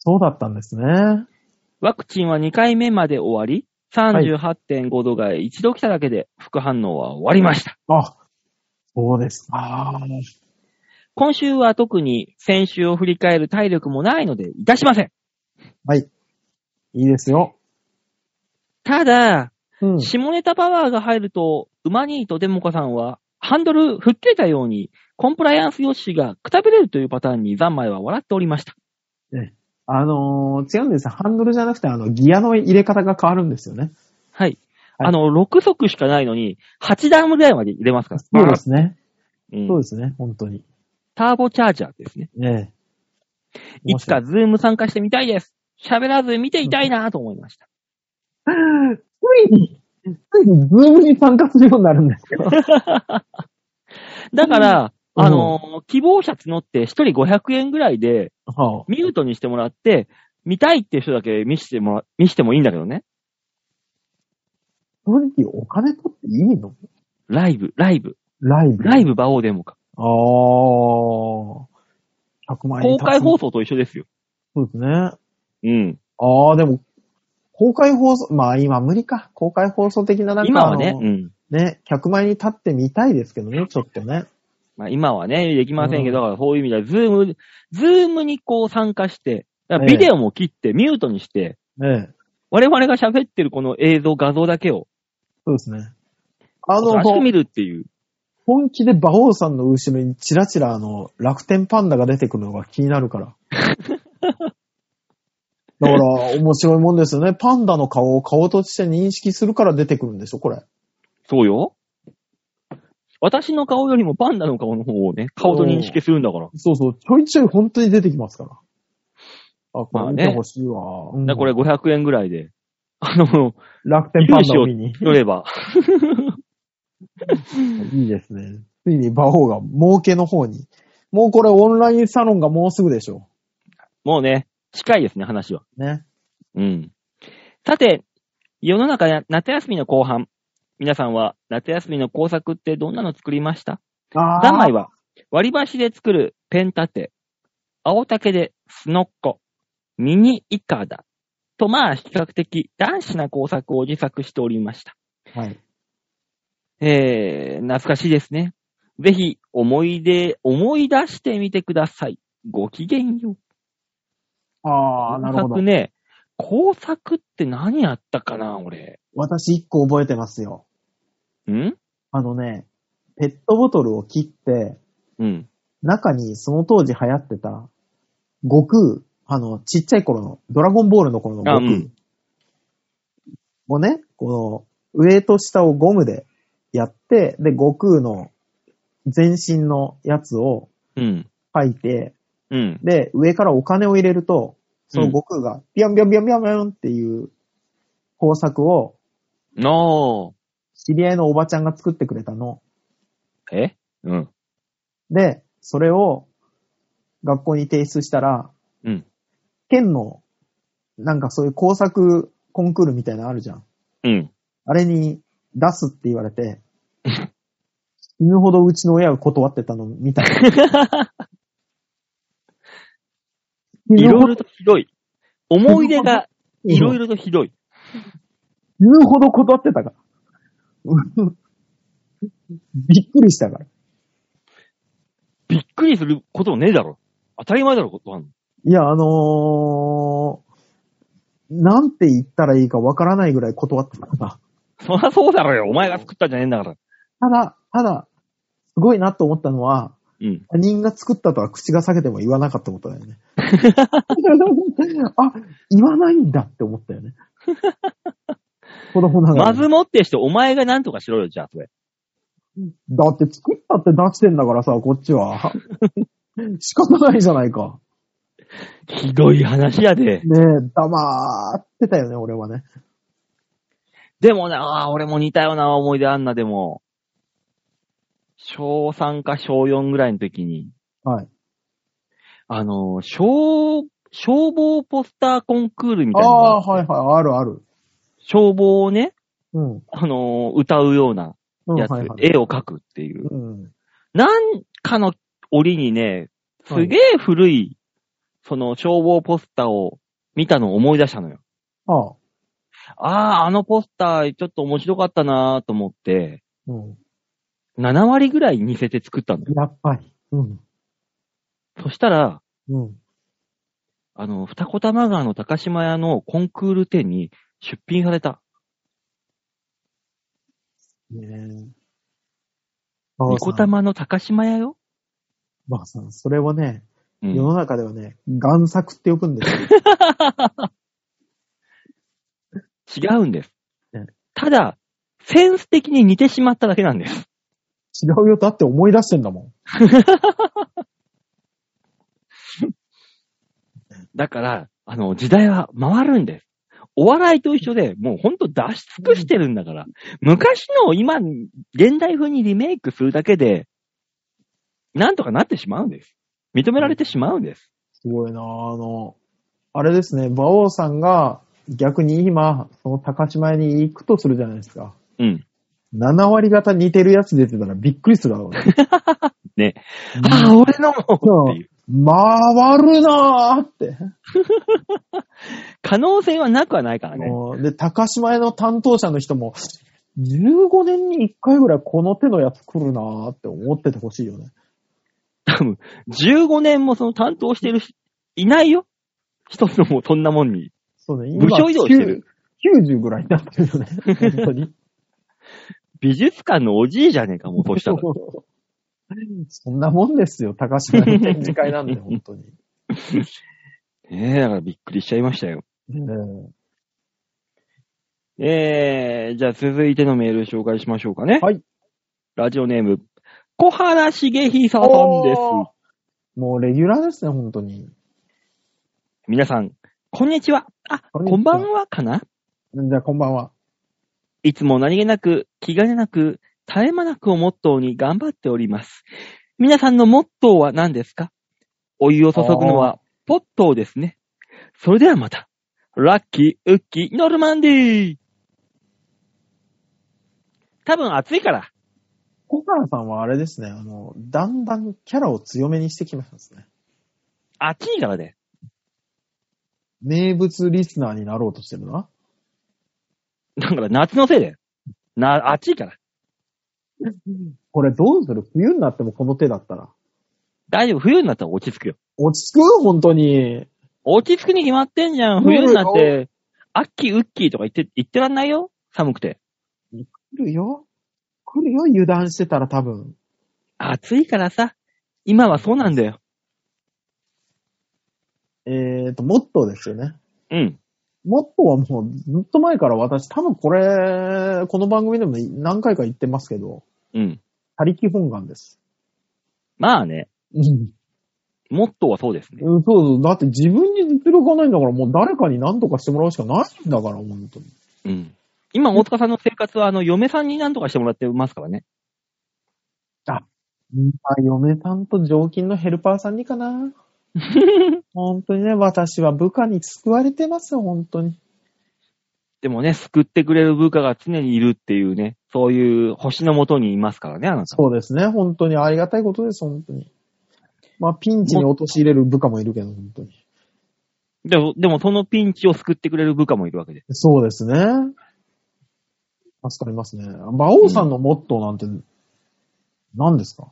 Speaker 3: そうだったんですね。
Speaker 2: ワクチンは2回目まで終わり、
Speaker 3: い
Speaker 2: 38.5度が一度来ただけで副反応は終わりました。
Speaker 3: あ、そうです。ああ、
Speaker 2: 今週は特に先週を振り返る体力もないのでいたしません。
Speaker 3: いいですよ。
Speaker 2: ただ、
Speaker 3: うん。
Speaker 2: 下ネタパワーが入ると、馬にとデモカさんはハンドル吹っ切れたようにコンプライアンス用紙がくたびれるというパターンに三昧は笑っておりました。
Speaker 3: あのー違うんですよハンドルじゃなくて、あの、ギアの入れ方が変わるんですよね。
Speaker 2: はい。
Speaker 3: はい
Speaker 2: あの、6足しかないのに、8段ぐらいまで入れますから。
Speaker 3: そうですね。
Speaker 2: うん
Speaker 3: そうですね、本当に。
Speaker 2: ターボチャージャーですね。
Speaker 3: ねえ。
Speaker 2: いつかズーム参加してみたいです。喋らず見ていたいなと思いました。
Speaker 3: ついに、ついにズームに参加するようになるんですけど。
Speaker 2: だから、
Speaker 3: うん
Speaker 2: あのー希望者募って1人500円ぐらいで、
Speaker 3: はあ、
Speaker 2: ミュートにしてもらって、見たいっていう人だけ見してもら、見してもいいんだけどね。
Speaker 3: 正直お金取っていいの
Speaker 2: ライブ、ライブ、
Speaker 3: ライブ。
Speaker 2: ライブ馬王デモか。
Speaker 3: ああ。100万円
Speaker 2: 公
Speaker 3: 達成。
Speaker 2: 開放送と一緒ですよ。
Speaker 3: そうですね。あ
Speaker 2: うん。
Speaker 3: あ、でも、公開放送、まあ今無理か。公開放送的ななんか
Speaker 2: 今はね、
Speaker 3: あ
Speaker 2: う
Speaker 3: の
Speaker 2: ん。
Speaker 3: ね、100万円に立ってみたいですけどね、ちょっとね。
Speaker 2: まあ、今はね、できませんけど、
Speaker 3: う
Speaker 2: だからそういう意味では、ズーム、ズームにこう参加して、だから
Speaker 3: ええ
Speaker 2: ビデオも切って、ミュートにして、
Speaker 3: ね
Speaker 2: 我々が喋ってるこの映像、画像だけを
Speaker 3: そうですね。あ
Speaker 2: 出
Speaker 3: の、
Speaker 2: してみるっていう。
Speaker 3: 本気で馬王さんの後ろにチラチラあの、楽天パンダが出てくるのが気になる から。だから、面白いもんですよね。パンダの顔を顔として認識するから出てくるんでしょ、これ。
Speaker 2: そうよ。私の顔よりもパンダの顔の方をね、顔と認識するんだから。
Speaker 3: そうそう、ちょいちょい本当に出てきますから。あ、こ
Speaker 2: まあ
Speaker 3: れ見
Speaker 2: ね
Speaker 3: てほしいわ。うん
Speaker 2: だからこれ500円ぐらいで、あの、
Speaker 3: 楽天パンダを見に。
Speaker 2: よれば。
Speaker 3: いいですね。ついに馬王が儲けの方に。もうこれオンラインサロンがもうすぐでしょ
Speaker 2: もうね、近いですね、話は。
Speaker 3: う。ね。
Speaker 2: うん。さて、世の中や夏休みの後半。皆さんは夏休みの工作ってどんなの作りました
Speaker 3: あ
Speaker 2: ダマイは、割り箸で作るペン立て、青竹でスノッコ、ミニイカダ、とまあ比較的男子な工作を自作しておりました。
Speaker 3: はい。
Speaker 2: えー、懐かしいですね。ぜひ、思い出、思い出してみてください。ごきげんよう。
Speaker 3: ああ、なるほ
Speaker 2: 工
Speaker 3: ど
Speaker 2: 作。ね、工作って何やったかな、俺。
Speaker 3: 私一個覚えてますよ。
Speaker 2: ん
Speaker 3: あのね、ペットボトルを切って、
Speaker 2: うん。
Speaker 3: 中にその当時流行ってた、悟空、あの、ちっちゃい頃の、ドラゴンボールの頃の
Speaker 2: あ、う
Speaker 3: 悟空
Speaker 2: ん。
Speaker 3: をね、この、上と下をゴムでやって、で、悟空の全身のやつを
Speaker 2: うん。
Speaker 3: 書いて、
Speaker 2: うん。
Speaker 3: で、上からお金を入れると、その悟空が、ビャンビャンビャンビャンビャンっていう工作を、
Speaker 2: の
Speaker 3: 知り合いのおばちゃんが作ってくれたの。
Speaker 2: ー。えうん。
Speaker 3: で、それを学校に提出したら、
Speaker 2: うん。
Speaker 3: 県の、なんかそういう工作コンクールみたいなのあるじゃん。
Speaker 2: うん。
Speaker 3: あれに出すって言われて、死ぬほどうちの親が断ってたのみたいな。
Speaker 2: いろいろとひどい。思い出がいろい
Speaker 3: ろ。
Speaker 2: ろとひどい。
Speaker 3: 死ぬほど断ってたから。 うんびっくりしたから。
Speaker 2: びっくりすることもねえだろ。当たり前だろ、ことあんの
Speaker 3: いや、あのー、なんて言ったらいいかわからないぐらい断ってたから。
Speaker 2: そりゃそうだろよ。お前が作ったんじゃねえんだから。
Speaker 3: ただ、ただ、すごいなと思ったのは、
Speaker 2: うん。
Speaker 3: 他人が作ったとは口が裂けても言わなかったこと だよね。あ、言わないんだって思ったよね。子供ながら
Speaker 2: ま
Speaker 3: に。
Speaker 2: ずもってして、お前がなんとかしろよ、じゃあ、それ。
Speaker 3: だって作ったって出してんだからさ、こっ ちは。仕方ないじゃないか。
Speaker 2: ひどい話やで。
Speaker 3: ねえ、黙ってたよね、俺はね。
Speaker 2: でもな、ああ、俺も似たような思い出あんな、でも。小3か小4ぐらいの時に、
Speaker 3: はい。
Speaker 2: あの、消、消防ポスターコンクールみたい
Speaker 3: あ
Speaker 2: なのが
Speaker 3: あ、はいはい、あるある。
Speaker 2: 消防をね、
Speaker 3: うん。うん、
Speaker 2: あのー歌うような
Speaker 3: はい
Speaker 2: やつ、
Speaker 3: はい。
Speaker 2: 絵を描くっていう。
Speaker 3: うん。
Speaker 2: なんかの折にね、すげえ古い、その消防ポスターを見たのを思い出したのよ。
Speaker 3: ああ。
Speaker 2: ああ、あのポスターちょっと面白かったなーと思って、
Speaker 3: うん。
Speaker 2: 7割ぐらい似せて作ったのよ。
Speaker 3: やっぱり。うん。
Speaker 2: そしたら、
Speaker 3: うん。
Speaker 2: あの、二子玉川の高島屋のコンクール展に出品された。
Speaker 3: ねえ。
Speaker 2: 二子玉の高島屋よ。
Speaker 3: バカさん、それをね、
Speaker 2: う
Speaker 3: 世
Speaker 2: ん、
Speaker 3: の中ではね、贋作って呼ぶんですよ。
Speaker 2: 違うんです
Speaker 3: ね。
Speaker 2: ただ、センス的に似てしまっただけなんです。
Speaker 3: 違うよ、だって思い出してんだも
Speaker 2: だから、あの、時代は回るんです。お笑いと一緒で、もうほんと出し尽くしてるんだから、昔のを今、現代風にリメイクするだけで、なんとかなってしまうんです。認められてしまうんです。
Speaker 3: ん。すごいなぁあの、あれですね、馬王さんが逆に今、その高島屋に行くとするじゃないですか。
Speaker 2: うん。
Speaker 3: 7割方似てるやつ出てたらびっくりするだろう ね。
Speaker 2: ね。
Speaker 3: うん
Speaker 2: ああ、俺のもっていう。
Speaker 3: 回るなぁって。
Speaker 2: 可能性はなくはないからね。
Speaker 3: もうで、高島屋の担当者の人も、15年に1回ぐらいこの手のやつ来るなぁって思っててほしいよね。
Speaker 2: 多分、15年もその担当してるし、いないよ。一つのもうそんなもんに。
Speaker 3: そうね、
Speaker 2: 部署移動してる
Speaker 3: 9 90ぐらいになってるよね。本当に。
Speaker 2: 美術館のおじいじゃねえか、もうそう したら。
Speaker 3: そんなもんですよ、高島屋の展示会な んで、本当に。
Speaker 2: ねえ、だからびっくりしちゃいましたよ。
Speaker 3: うん
Speaker 2: えー、じゃあ続いてのメール紹介しましょうかね。
Speaker 3: はい。
Speaker 2: ラジオネーム、小原茂久さんです。
Speaker 3: もうレギュラーですね、本当に。
Speaker 2: 皆さん、こんにちは。あ、
Speaker 3: こんにち
Speaker 2: こ
Speaker 3: は
Speaker 2: んばんはかな
Speaker 3: じゃあ、こんばんは。
Speaker 2: いつも何気なく、気兼ねなく、絶え間なくをモットーに頑張っております。皆さんのモットーは何ですかお湯を注ぐのはポットーですね。それではまた。ラッキー、ウッキー、ノルマンディー多分暑いから。
Speaker 3: 小原さんはあれですね、あの、だんだんキャラを強めにしてきますね。
Speaker 2: 暑いからで。
Speaker 3: 名物リスナーになろうとしてるな。
Speaker 2: だから夏のせいで。な、暑いから。
Speaker 3: これどうする冬になってもこの手だったら。
Speaker 2: 大丈夫。冬になったら落ち着くよ。
Speaker 3: 落ち着く本当に。
Speaker 2: 落ち着くに決まってんじゃん。冬になって、アッキー、ウッキーとか言って、言ってらんないよ。寒くて。
Speaker 3: 来るよ。来るよ、油断してたら多分。
Speaker 2: 暑いからさ。今はそうなんだよ。
Speaker 3: えーと、モットーですよね。
Speaker 2: うん。
Speaker 3: モットーはもうずっと前から私、多分これ、この番組でも何回か言ってますけど、
Speaker 2: うん。
Speaker 3: 他力本願です。
Speaker 2: まあね、
Speaker 3: うん。
Speaker 2: モットーはそうですね。
Speaker 3: そうそう。だって自分に実力がないんだから、もう誰かに何とかしてもらうしかないんだから、本当に。
Speaker 2: うん。今、大塚さんの生活は、あの、嫁さんに何とかしてもらってますからね。
Speaker 3: あ、嫁さんと常勤のヘルパーさんにか な。本当にね、私は部下に救われてますよ、本当に。
Speaker 2: でもね、救ってくれる部下が常にいるっていうね、そういう星のもとにいますからね、あなた。
Speaker 3: そうですね、本当にありがたいことです、本当に。まあ、ピンチに陥れる部下もいるけど、本当に。
Speaker 2: でも、でもそのピンチを救ってくれる部下もいるわけです。
Speaker 3: そうですね。助かりますね。馬王さんのモットーなんて、何ですか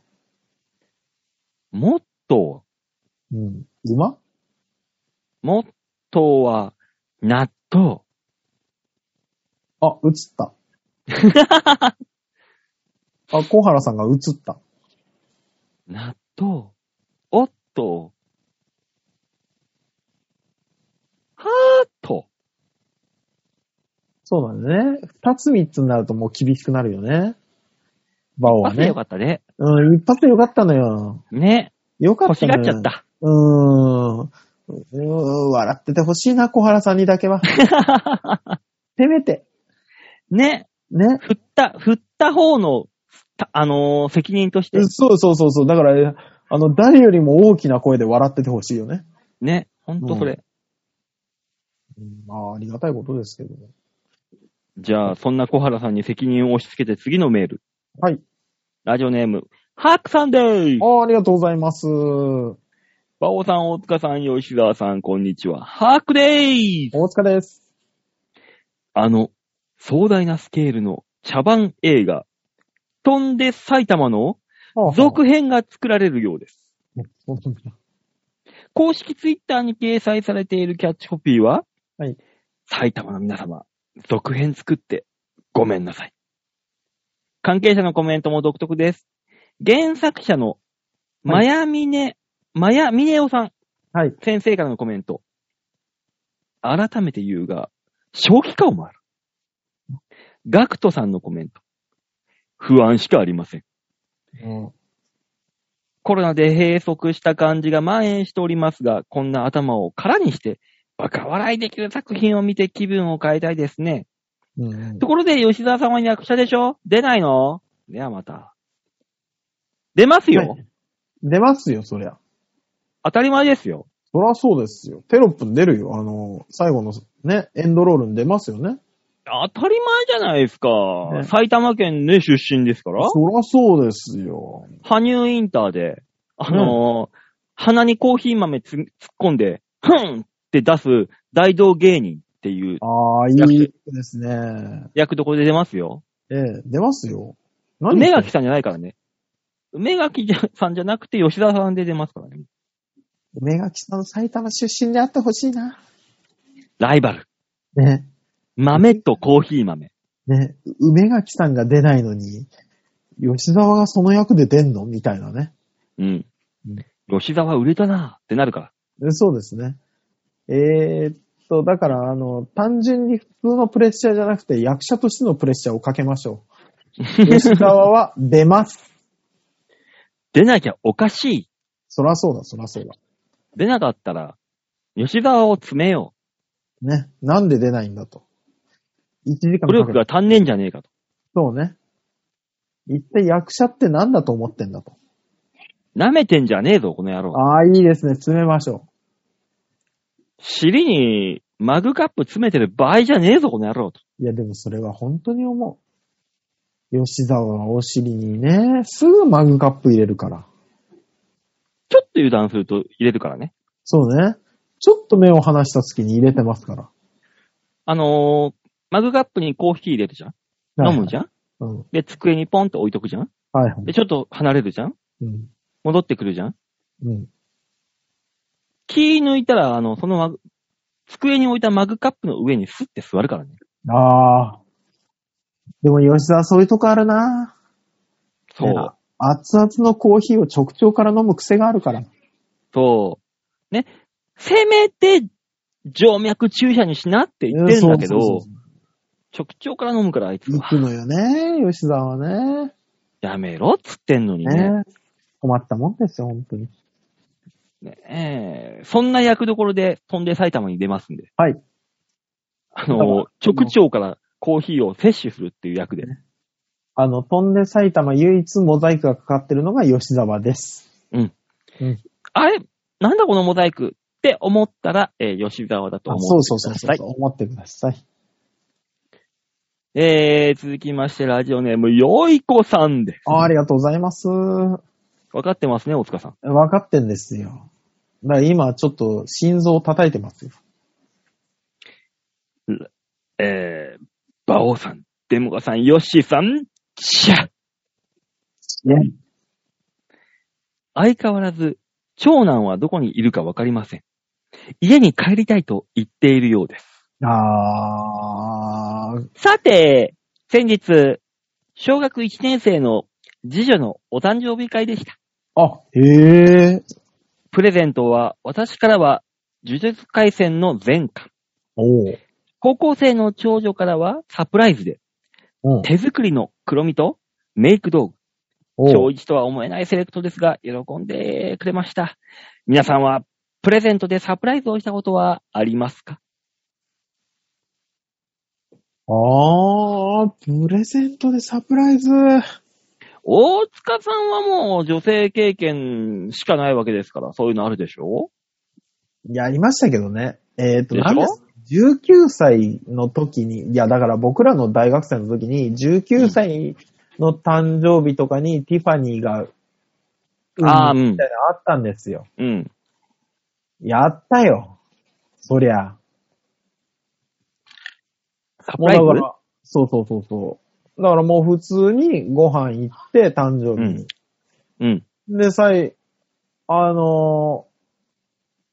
Speaker 2: モット
Speaker 3: うん。馬
Speaker 2: ー、モットーは、納豆。
Speaker 3: あ、映った。あ、小原さんが映った。
Speaker 2: 納豆。おっと。はーっと。
Speaker 3: そうなんだね。二つ三つになるともう厳しくなるよね。バオ
Speaker 2: あ
Speaker 3: は
Speaker 2: れ
Speaker 3: ね
Speaker 2: よ。かったね。
Speaker 3: うん、一発でよかったのよ。
Speaker 2: ね。
Speaker 3: よかっ
Speaker 2: 欲
Speaker 3: た
Speaker 2: し
Speaker 3: のよ。
Speaker 2: がっちゃっ。た。
Speaker 3: うーん。うー笑っててほしいな、小原さんにだけ は。せめて。
Speaker 2: ね。
Speaker 3: ね。
Speaker 2: 振った、振った方の、たあのー責任として、
Speaker 3: そうそうそうそう。だから、あの、誰よりも大きな声で笑っててほしいよね。
Speaker 2: ね。ほんとそれ。
Speaker 3: うんまあ、ありがたいことですけども。
Speaker 2: じゃあ、そんな小原さんに責任を押し付けて次のメール。
Speaker 3: はい。
Speaker 2: ラジオネーム、ハークさんでーす。
Speaker 3: ああ、ありがとうございます。お
Speaker 2: バオさん、大塚さん、吉沢さん、こんにちは。ハークでーす。
Speaker 3: 疲れです。
Speaker 2: あの、壮大なスケールの茶番映画、飛んで埼玉の
Speaker 3: ああ
Speaker 2: 続編が作られるようです。公式ツイッターに掲載されているキャッチコピーは、
Speaker 3: はい
Speaker 2: 埼玉の皆様、続編作ってごめんなさい。関係者のコメントも独特です。原作者のマヤミネ、マヤミネオさん、
Speaker 3: はい
Speaker 2: 先生からのコメント。改めて言うが、正気感もある。ガクトさんのコメント。不安しかありません。
Speaker 3: うん
Speaker 2: コロナで閉塞した感じが蔓延しておりますが、こんな頭を空にして、バカ笑いできる作品を見て気分を変えたいですね。
Speaker 3: うん
Speaker 2: ところで、吉沢さんは役者でしょ出ないのではまた。出ますよ、
Speaker 3: はい出ますよ、そりゃ。
Speaker 2: 当たり前ですよ。
Speaker 3: そりゃそうですよ。テロップに出るよ。あの、最後のね、エンドロールに出ますよね。
Speaker 2: 当たり前じゃないですか。
Speaker 3: ね
Speaker 2: 埼玉県ね、出身ですから。
Speaker 3: そりゃそうですよ。
Speaker 2: 羽生インターで、あのー鼻にコーヒー豆つ突っ込んで、ふんって出す大道芸人っていう
Speaker 3: ああ、いいですね。
Speaker 2: 役どころで出ますよ。
Speaker 3: ええ、出ますよ。何
Speaker 2: 梅垣さんじゃないからね。梅垣じゃさんじゃなくて吉田さんで出ますからね。
Speaker 3: 梅垣さん、埼玉出身であってほしいな。
Speaker 2: ライバル。
Speaker 3: ね、
Speaker 2: 豆とコーヒー豆。
Speaker 3: ね、梅垣さんが出ないのに、吉沢がその役で出んのみたいなね。
Speaker 2: うん。吉沢売れたなってなるから。
Speaker 3: えそうですね。えーっと、だから、あの、単純に普通のプレッシャーじゃなくて、役者としてのプレッシャーをかけましょ う。吉沢は出ます。
Speaker 2: 出なきゃおかしい。
Speaker 3: そらそうだ、そらそうだ。
Speaker 2: 出なかったら、吉沢を詰めよ
Speaker 3: ね。なんで出ないんだと。 1時
Speaker 2: 努
Speaker 3: 間かけ
Speaker 2: 力
Speaker 3: て
Speaker 2: が。足んねえんじゃねえかと。
Speaker 3: そうね。一体役者って何だと思ってんだと。
Speaker 2: 舐めてんじゃねえぞ、この野郎。
Speaker 3: ああ、いいですね。詰めましょ
Speaker 2: 尻にマグカップ詰めてる場合じゃねえぞ、この野郎と。
Speaker 3: う。いや、でもそれは本当に思う。吉沢はお尻にね、すぐマグカップ入れるから。
Speaker 2: ちょっと油断すると入れるからね。
Speaker 3: そうね。ちょっと目を離した隙に入れてますから。
Speaker 2: あのー、マグカップにコーヒー入れるじゃん飲むじゃん
Speaker 3: ゃん。うん。
Speaker 2: で、机にポンと置いとくじゃん
Speaker 3: はいはい
Speaker 2: で、。ちょっと離れるじゃん
Speaker 3: うん。
Speaker 2: 戻ってくるじゃん
Speaker 3: うん。
Speaker 2: 気抜いたら、あの、そのマグ、机に置いたマグカップの上にスッて座るからね。
Speaker 3: ああ。でも吉沢そういうとこあるな。
Speaker 2: そう。
Speaker 3: ね熱々のコーヒーを直腸から飲む癖があるから。
Speaker 2: そう。ね。せめて、静脈注射にしなって言ってるんだけど、
Speaker 3: うそうそう
Speaker 2: 直腸から飲むからあいつ
Speaker 3: そう行
Speaker 2: は、
Speaker 3: くのよね、吉沢はね。
Speaker 2: やめろっつってんのにね。
Speaker 3: ね困ったもんですよ、本当に。
Speaker 2: ねえそんな役どころで飛んで埼玉に出ますんで。
Speaker 3: はい。
Speaker 2: あ
Speaker 3: だ
Speaker 2: の、直腸からコーヒーを摂取するっていう役で。
Speaker 3: あの、飛んで埼玉唯一モザイクがかかってるのが吉沢です。
Speaker 2: あれなんだこのモザイクって思ったら、えー吉沢だと
Speaker 3: あ
Speaker 2: 思ってください。
Speaker 3: そうそうそうそう、思ってください。
Speaker 2: えー、続きまして、ラジオネーム、よいこさんです。
Speaker 3: あありがとうございます。わ
Speaker 2: わかってますね、大塚さん。
Speaker 3: かってんですよ。だから今ちょっと心臓を叩いてますよ。
Speaker 2: えー、バオさん、デモカさん、ヨッシーさん、シャ
Speaker 3: ね、
Speaker 2: 相変わらず、長男はどこにいるかわかりません。家に帰りたいと言っているようです。
Speaker 3: あー、
Speaker 2: さて、先日、小学1年生の次女のお誕生日会でした。
Speaker 3: あ、へえ。
Speaker 2: プレゼントは、私からは、呪術回戦の前巻。
Speaker 3: おう。
Speaker 2: 高校生の長女からは、サプライズで、
Speaker 3: うん。
Speaker 2: 手作りの黒みとメイク道具。
Speaker 3: お
Speaker 2: 超
Speaker 3: う
Speaker 2: 一とは思えないセレクトですが、喜んでくれました。皆さんは、プレゼントでサプライズをしたことはありますか
Speaker 3: あー、プレゼントでサプライズ。
Speaker 2: 大塚さんはもう女性経験しかないわけですから、そういうのあるでしょ
Speaker 3: やりましたけどね。えっ、と、
Speaker 2: でしょ
Speaker 3: なんです19歳の時に、いや、だから僕らの大学生の時に、19歳の誕生日とかにティファニーが、
Speaker 2: あーうん
Speaker 3: みたいなのあったんですよ。
Speaker 2: うん。
Speaker 3: やったよ。そりゃ。
Speaker 2: サプ
Speaker 3: もう
Speaker 2: ラ
Speaker 3: だ
Speaker 2: イズ
Speaker 3: から、そうそうそうそう。だからもう普通にご飯行って、誕生日に。
Speaker 2: うん。
Speaker 3: で、さい、あのー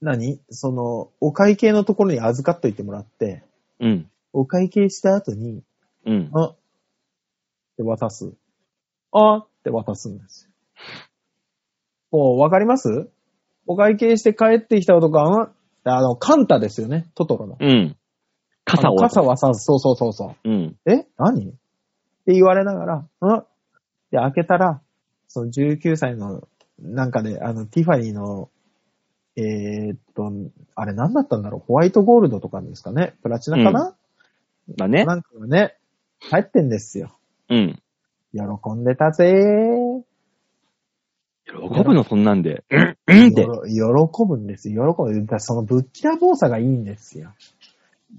Speaker 3: 何その、お会計のところに預かっといてもらって、
Speaker 2: うん。
Speaker 3: お会計した後に、
Speaker 2: うん。
Speaker 3: あって渡す。あって渡すんですよ。もう、わかりますお会計して帰ってきた男は、あの、カンタですよね、トトロの。
Speaker 2: うん。傘
Speaker 3: あ
Speaker 2: を。
Speaker 3: の傘はさ、そうそうそうそう。
Speaker 2: うん。
Speaker 3: え何って言われながら、うんで、開けたら、その19歳の、なんかで、あの、ティファニーの、えーっと、あれ何だったんだろうホワイトゴールドとかですかねプラチナかな、
Speaker 2: だね。
Speaker 3: なんかがね、入ってんですよ。
Speaker 2: うん。
Speaker 3: 喜んでたぜー。
Speaker 2: 喜ぶの、そんなんで。うん。うんって
Speaker 3: よ。ろ喜ぶんですよ。喜ぶ。だからそのぶっきらぼうさがいいんですよ。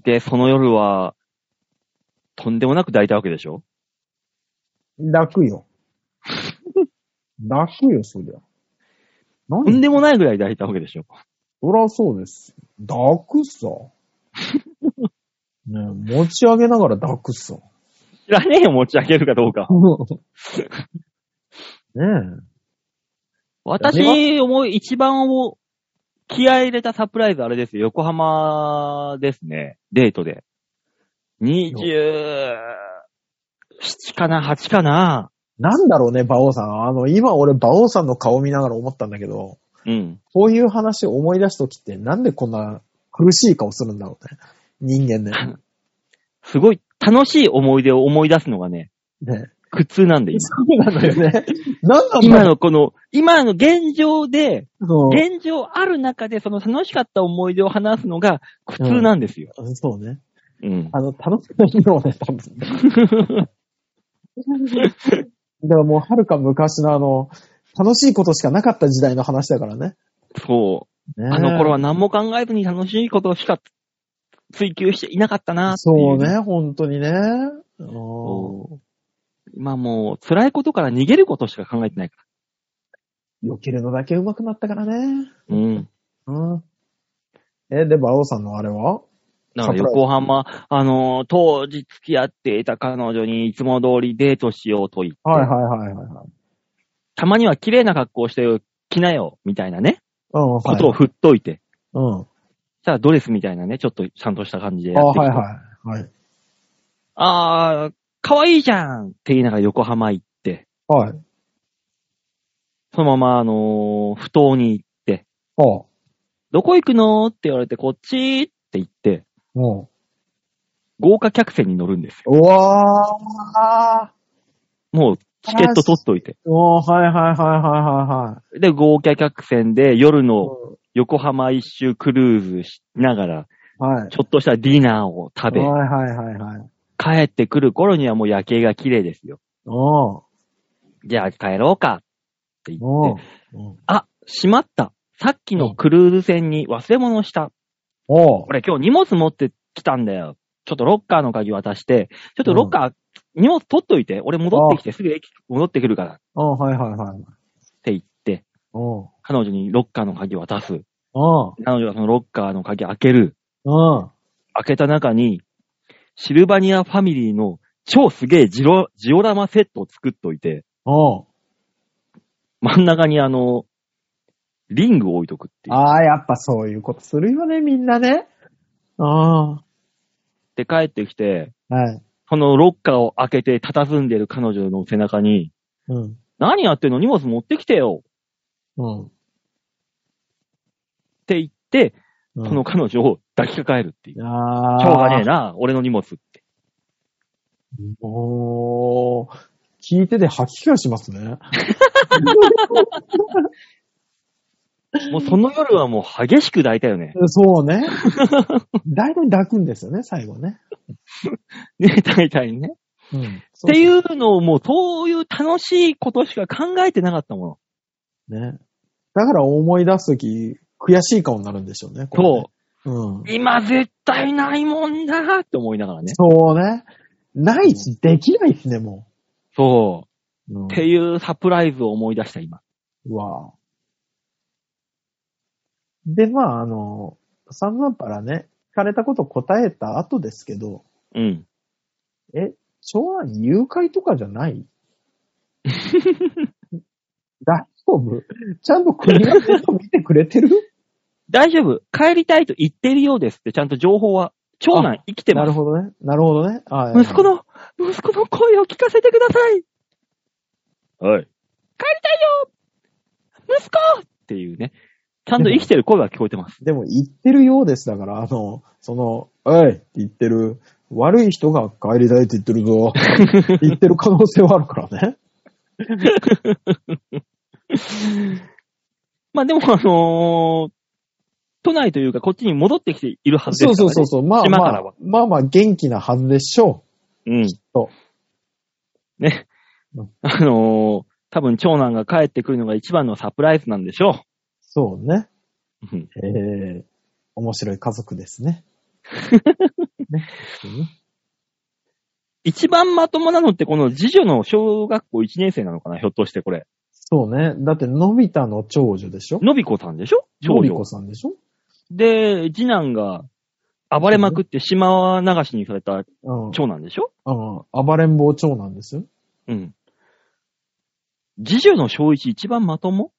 Speaker 2: で、その夜は、とんでもなく抱いたわけでしょ
Speaker 3: 楽 よ。楽よ、そりゃ。何
Speaker 2: とんでもないぐらい抱いたわけでしょ
Speaker 3: そらそうです。抱 くさ。ねえ持ち上げながら抱く さ。ね
Speaker 2: 知らねえよ、持ち上げるかどうか。
Speaker 3: え。
Speaker 2: 私、思い、一番を、気合い入れたサプライズ、あれですよ。横浜ですね。デートで。27かな ?8 かな
Speaker 3: なんだろうね、馬王さん。あの、今俺馬王さんの顔見ながら思ったんだけど、
Speaker 2: うん。
Speaker 3: こういう話を思い出すときってなんでこんな苦しい顔するんだろうね。人間 ね。
Speaker 2: すごい楽しい思い出を思い出すのがね、
Speaker 3: ね
Speaker 2: 苦痛なんで、
Speaker 3: え。
Speaker 2: 今。
Speaker 3: そうなんだよね。なんなん
Speaker 2: 今
Speaker 3: だろ
Speaker 2: のこの、今の現状で、
Speaker 3: うね
Speaker 2: 現状ある中でその楽しかった思い出を話すのが苦痛なんですよ。
Speaker 3: そうね。
Speaker 2: うん。
Speaker 3: あの、楽しくないので、多分。だからもう、はるか昔のあの、楽しいことしかなかった時代の話だからね。
Speaker 2: そう。
Speaker 3: ね
Speaker 2: あの頃は何も考えずに楽しいことしか追求していなかったなってい
Speaker 3: そう。ね、本当にね。うん
Speaker 2: 今もう辛いことから逃げることしか考えてないか
Speaker 3: 避けるのだけ上手くなったからね。
Speaker 2: ら。うん。
Speaker 3: うん。え、で、馬王さんのあれは
Speaker 2: だから横浜、あの、当時付き合っていた彼女にいつも通りデートしようと言って、
Speaker 3: はいはいはいはいはい。
Speaker 2: たまには綺麗な格好をして着なよ、みたいなね、
Speaker 3: うん、はい。
Speaker 2: ことを振っといて。
Speaker 3: うん。
Speaker 2: したらドレスみたいなね、ちょっとちゃんとした感じでや
Speaker 3: あ、
Speaker 2: ってきて
Speaker 3: はいはい。はい。
Speaker 2: あー、かわいいじゃんって言いながら横浜行って、
Speaker 3: はい。
Speaker 2: そのまま、あのー不当に行って、
Speaker 3: ああ。
Speaker 2: どこ行くのって言われて、こっちって言って、
Speaker 3: うん。
Speaker 2: 豪華客船に乗るんですよ。
Speaker 3: うわー。
Speaker 2: もう、チケット取っといて。
Speaker 3: おー、はいはいはいはいはいはい。
Speaker 2: で、豪華客船で夜の
Speaker 3: う
Speaker 2: 横浜一周クルーズしながら、
Speaker 3: んはい。
Speaker 2: ちょっとしたディナーを食べ、
Speaker 3: はいはいはいはい。
Speaker 2: 帰ってくる頃にはもう夜景が綺麗ですよ。
Speaker 3: おー。
Speaker 2: じゃあ帰ろうかって言っ
Speaker 3: おー
Speaker 2: て、。あ、しまった。さっきのクルーズ船に忘れ物をした。
Speaker 3: おー。
Speaker 2: 俺今日荷物持ってきたんだよ。ちょっとロッカーの鍵渡して、ちょっとロッカー、荷物取っといて、俺戻ってきて、すぐ駅戻ってくるからっ
Speaker 3: おー、はいはいはい。
Speaker 2: て言って、
Speaker 3: おー。
Speaker 2: 彼女にロッカーの鍵渡す。
Speaker 3: おー。
Speaker 2: 彼女がそのロッカーの鍵開ける。
Speaker 3: うん。
Speaker 2: 開けた中に、シルバニアファミリーの超すげえジロジオラマセットを作っといて、
Speaker 3: おー。
Speaker 2: 真ん中にあの、リングを置いとくっていう。
Speaker 3: ああ、やっぱそういうことするよね、みんなね。ああ。
Speaker 2: で、帰ってきて、
Speaker 3: はい。
Speaker 2: そのロッカーを開けて佇んでる彼女の背中に、
Speaker 3: うん。
Speaker 2: 何やってんの荷物持ってきてよ
Speaker 3: うん。
Speaker 2: って言って、
Speaker 3: うん
Speaker 2: その彼女を抱きかかえるっていう。
Speaker 3: ああ。
Speaker 2: しょうがねえな、俺の荷物って。
Speaker 3: おー。聞いてて吐き気がしますね。
Speaker 2: もうその夜はもう激しく抱いたよね。
Speaker 3: そう ね。大体抱くんですよね、最後ね。
Speaker 2: ね、大体ね。
Speaker 3: うん。っ。
Speaker 2: っていううのをもうそういう楽しいことしか考えてなかったもの。
Speaker 3: ね。だから思い出すとき、悔しい顔になるんでしょうね。これね
Speaker 2: そう。
Speaker 3: うん。
Speaker 2: 今絶対ないもんだって思いながらね。
Speaker 3: そうね。ないし、できないしね、も。
Speaker 2: そう
Speaker 3: う
Speaker 2: う。
Speaker 3: ん
Speaker 2: っていうサプライズを思い出した今。
Speaker 3: うわぁで、まあ、あの、サンナンパラね、聞かれたこと答えた後ですけど、
Speaker 2: うん。
Speaker 3: え、長男誘拐とかじゃない 大丈夫ちゃんと国がちょっと見てくれてる
Speaker 2: 大丈夫。帰りたいと言ってるようですって、ちゃんと情報は。長男生きて
Speaker 3: な
Speaker 2: ま
Speaker 3: る
Speaker 2: す。
Speaker 3: ほどね。なるほどね。あ
Speaker 2: 息子。の、息子の声を聞かせてください。はい。帰りたいよ息子っていうね。ちゃんと生きてる声が聞こえてます。
Speaker 3: でも言ってるようです。だから、あの、その、おいって言ってる、悪い人が帰りたいって言って るぞ。言ってる可能性はあるからね。
Speaker 2: まあでもあのー都内というかこっちに戻ってきているはず
Speaker 3: そ
Speaker 2: で
Speaker 3: う
Speaker 2: すか
Speaker 3: そ
Speaker 2: ら、ね。
Speaker 3: うそうそう。まあ
Speaker 2: 島
Speaker 3: ま
Speaker 2: から
Speaker 3: あ
Speaker 2: は、
Speaker 3: まあまあ元気なはずでしょ
Speaker 2: うん。
Speaker 3: と
Speaker 2: ね
Speaker 3: うん。
Speaker 2: あのー多分長男が帰ってくるのが一番のサプライズなんでしょ
Speaker 3: う。そうね。
Speaker 2: う。うん
Speaker 3: ええ面白い家族で すね。ね。
Speaker 2: 一番まともなのってこの次女の小学校1年生なのかなひょっとしてこれ。
Speaker 3: そうね。だって、のび太の長女でしょ
Speaker 2: のびこさんでしょ
Speaker 3: の
Speaker 2: 長
Speaker 3: び
Speaker 2: 女
Speaker 3: こ。さんでしょ
Speaker 2: で、次男が暴れまくって島流しにされた
Speaker 3: うん。
Speaker 2: 長男でしょ
Speaker 3: うん。暴れん坊長男ですよ。
Speaker 2: うん。次女の小一一番まとも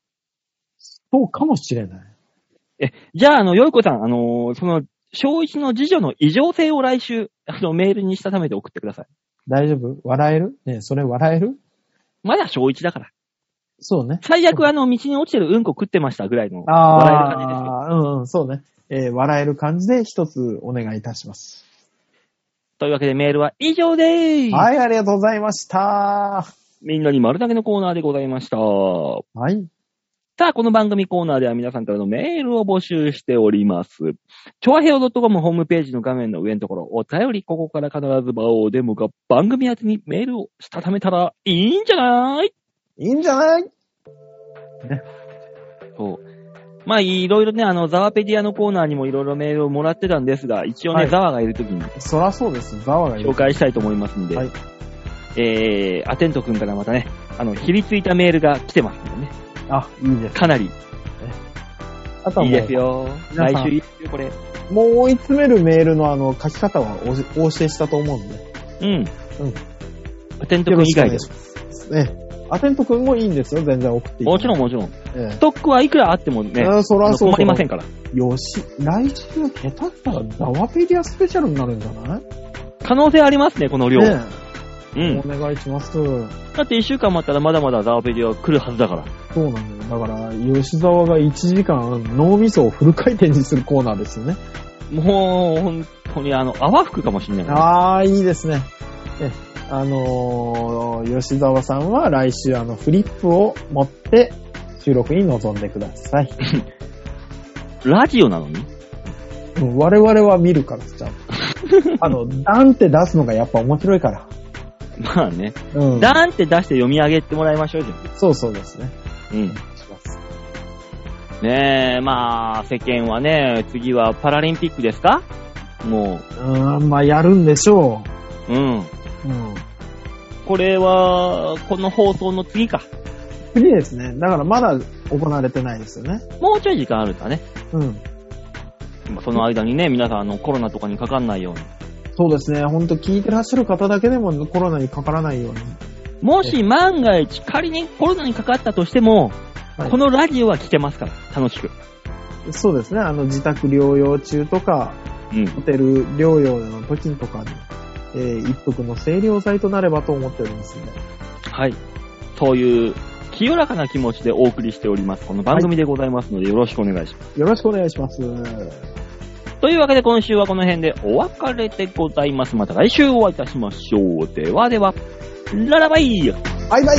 Speaker 3: そうかもしれない。
Speaker 2: じゃあ、あの、よいこさん、あのーその、小一の次女の異常性を来週、あの、メールにしたためて送ってください。
Speaker 3: 大丈夫笑えるねえそれ笑える
Speaker 2: まだ小一だから。
Speaker 3: そうね。
Speaker 2: 最悪あの、道に落ちてるうんこ食ってましたぐらいの。笑える感じですよ
Speaker 3: ああ、うん、そうね。えー笑える感じで一つお願いいたします。
Speaker 2: というわけでメールは以上でーす。
Speaker 3: はい、ありがとうございました。は
Speaker 2: みんなに丸投げのコーナーでございました。
Speaker 3: い。
Speaker 2: さあ、この番組コーナーでは皆さんからのメールを募集しております。超和平洋 .com ホームページの画面の上のところ、お便り、ここから必ず場をデモが番組宛てにメールをしたためたらいいんじゃない
Speaker 3: いいんじゃない
Speaker 2: そう。まあ、いろいろね、あの、ザワペディアのコーナーにもいろいろメールをもらってたんですが、一応ね、
Speaker 3: はい
Speaker 2: ザワがいるときに
Speaker 3: そらそうです。ザワがいる
Speaker 2: 紹。介したいと思いますんで、
Speaker 3: はい
Speaker 2: えー、アテント君からまたね、あの、ひりついたメールが来てますんでね、
Speaker 3: あ、いいです。
Speaker 2: かなり
Speaker 3: あとはい
Speaker 2: い
Speaker 3: も
Speaker 2: です
Speaker 3: う、
Speaker 2: よ。
Speaker 3: 皆
Speaker 2: 来
Speaker 3: さん
Speaker 2: 週いいですよ、これ。
Speaker 3: もう追い詰めるメールのあの、書き方はおしお教えしたと思うんで。
Speaker 2: うん。
Speaker 3: うん
Speaker 2: アテント君以外でも。
Speaker 3: よろしくお願いします。ね。アテント君もいいんですよ。全然送ってい
Speaker 2: もちろ
Speaker 3: ん。
Speaker 2: んもちろん。
Speaker 3: え
Speaker 2: ストックはいくらあっても
Speaker 3: え
Speaker 2: ね、
Speaker 3: あそらそう。
Speaker 2: 困りませんから。
Speaker 3: よし、来週下手ったらザワペディアスペシャルになるんじゃない
Speaker 2: 可能性ありますね、この量。
Speaker 3: ね
Speaker 2: う
Speaker 3: え
Speaker 2: ん
Speaker 3: お。願いします。
Speaker 2: だって一週間待ったらまだまだザワペディア来るはずだから。
Speaker 3: そうなんだよ。だから、吉沢が1時間脳みそをフル回転にするコーナーですよね。
Speaker 2: もう、本当にあの、泡吹くかもしんないからね。
Speaker 3: ああ、いいですね。え、あのー吉沢さんは来週あのフリップを持って収録に臨んでくださ い。
Speaker 2: ラジオなのに
Speaker 3: うん我々は見るから、ちゃ んと。あの、ダンって出すのがやっぱ面白いから。
Speaker 2: まあね。
Speaker 3: うん。
Speaker 2: ダーンって出して読み上げてもらいましょうじゃ
Speaker 3: そうそうですね。
Speaker 2: ん。うん。
Speaker 3: します
Speaker 2: ねえ、まあ、世間はね、次はパラリンピックですかも
Speaker 3: うーん、まあやるんでしょ
Speaker 2: う、うん。
Speaker 3: う。うん。
Speaker 2: これは、この放送の次か。
Speaker 3: 次ですね。だからまだ行われてないですよね。
Speaker 2: もうちょい時間あるからね。
Speaker 3: うん。
Speaker 2: その間にね、皆さん、あの、コロナとかにかかんないように。
Speaker 3: そうですね。ほんと聞いてらっしゃる方だけでもコロナにかからないように。
Speaker 2: もし万が一、仮にコロナにかかったとしても、
Speaker 3: はい
Speaker 2: このラジオは聞けますから、楽しく。
Speaker 3: そうですね。あの、自宅療養中とか、
Speaker 2: うん。
Speaker 3: ホテル療養の時とかに、えー一服の清涼剤となればと思っておりますので。
Speaker 2: はい。そういう、清らかな気持ちでお送りしております。この番組でございますので、よろしくお願いします。
Speaker 3: よろしくお願いします。
Speaker 2: というわけで今週はこの辺でお別れでございます。また来週お会いいたしましょう。ではでは、ララバイ
Speaker 3: バイバイ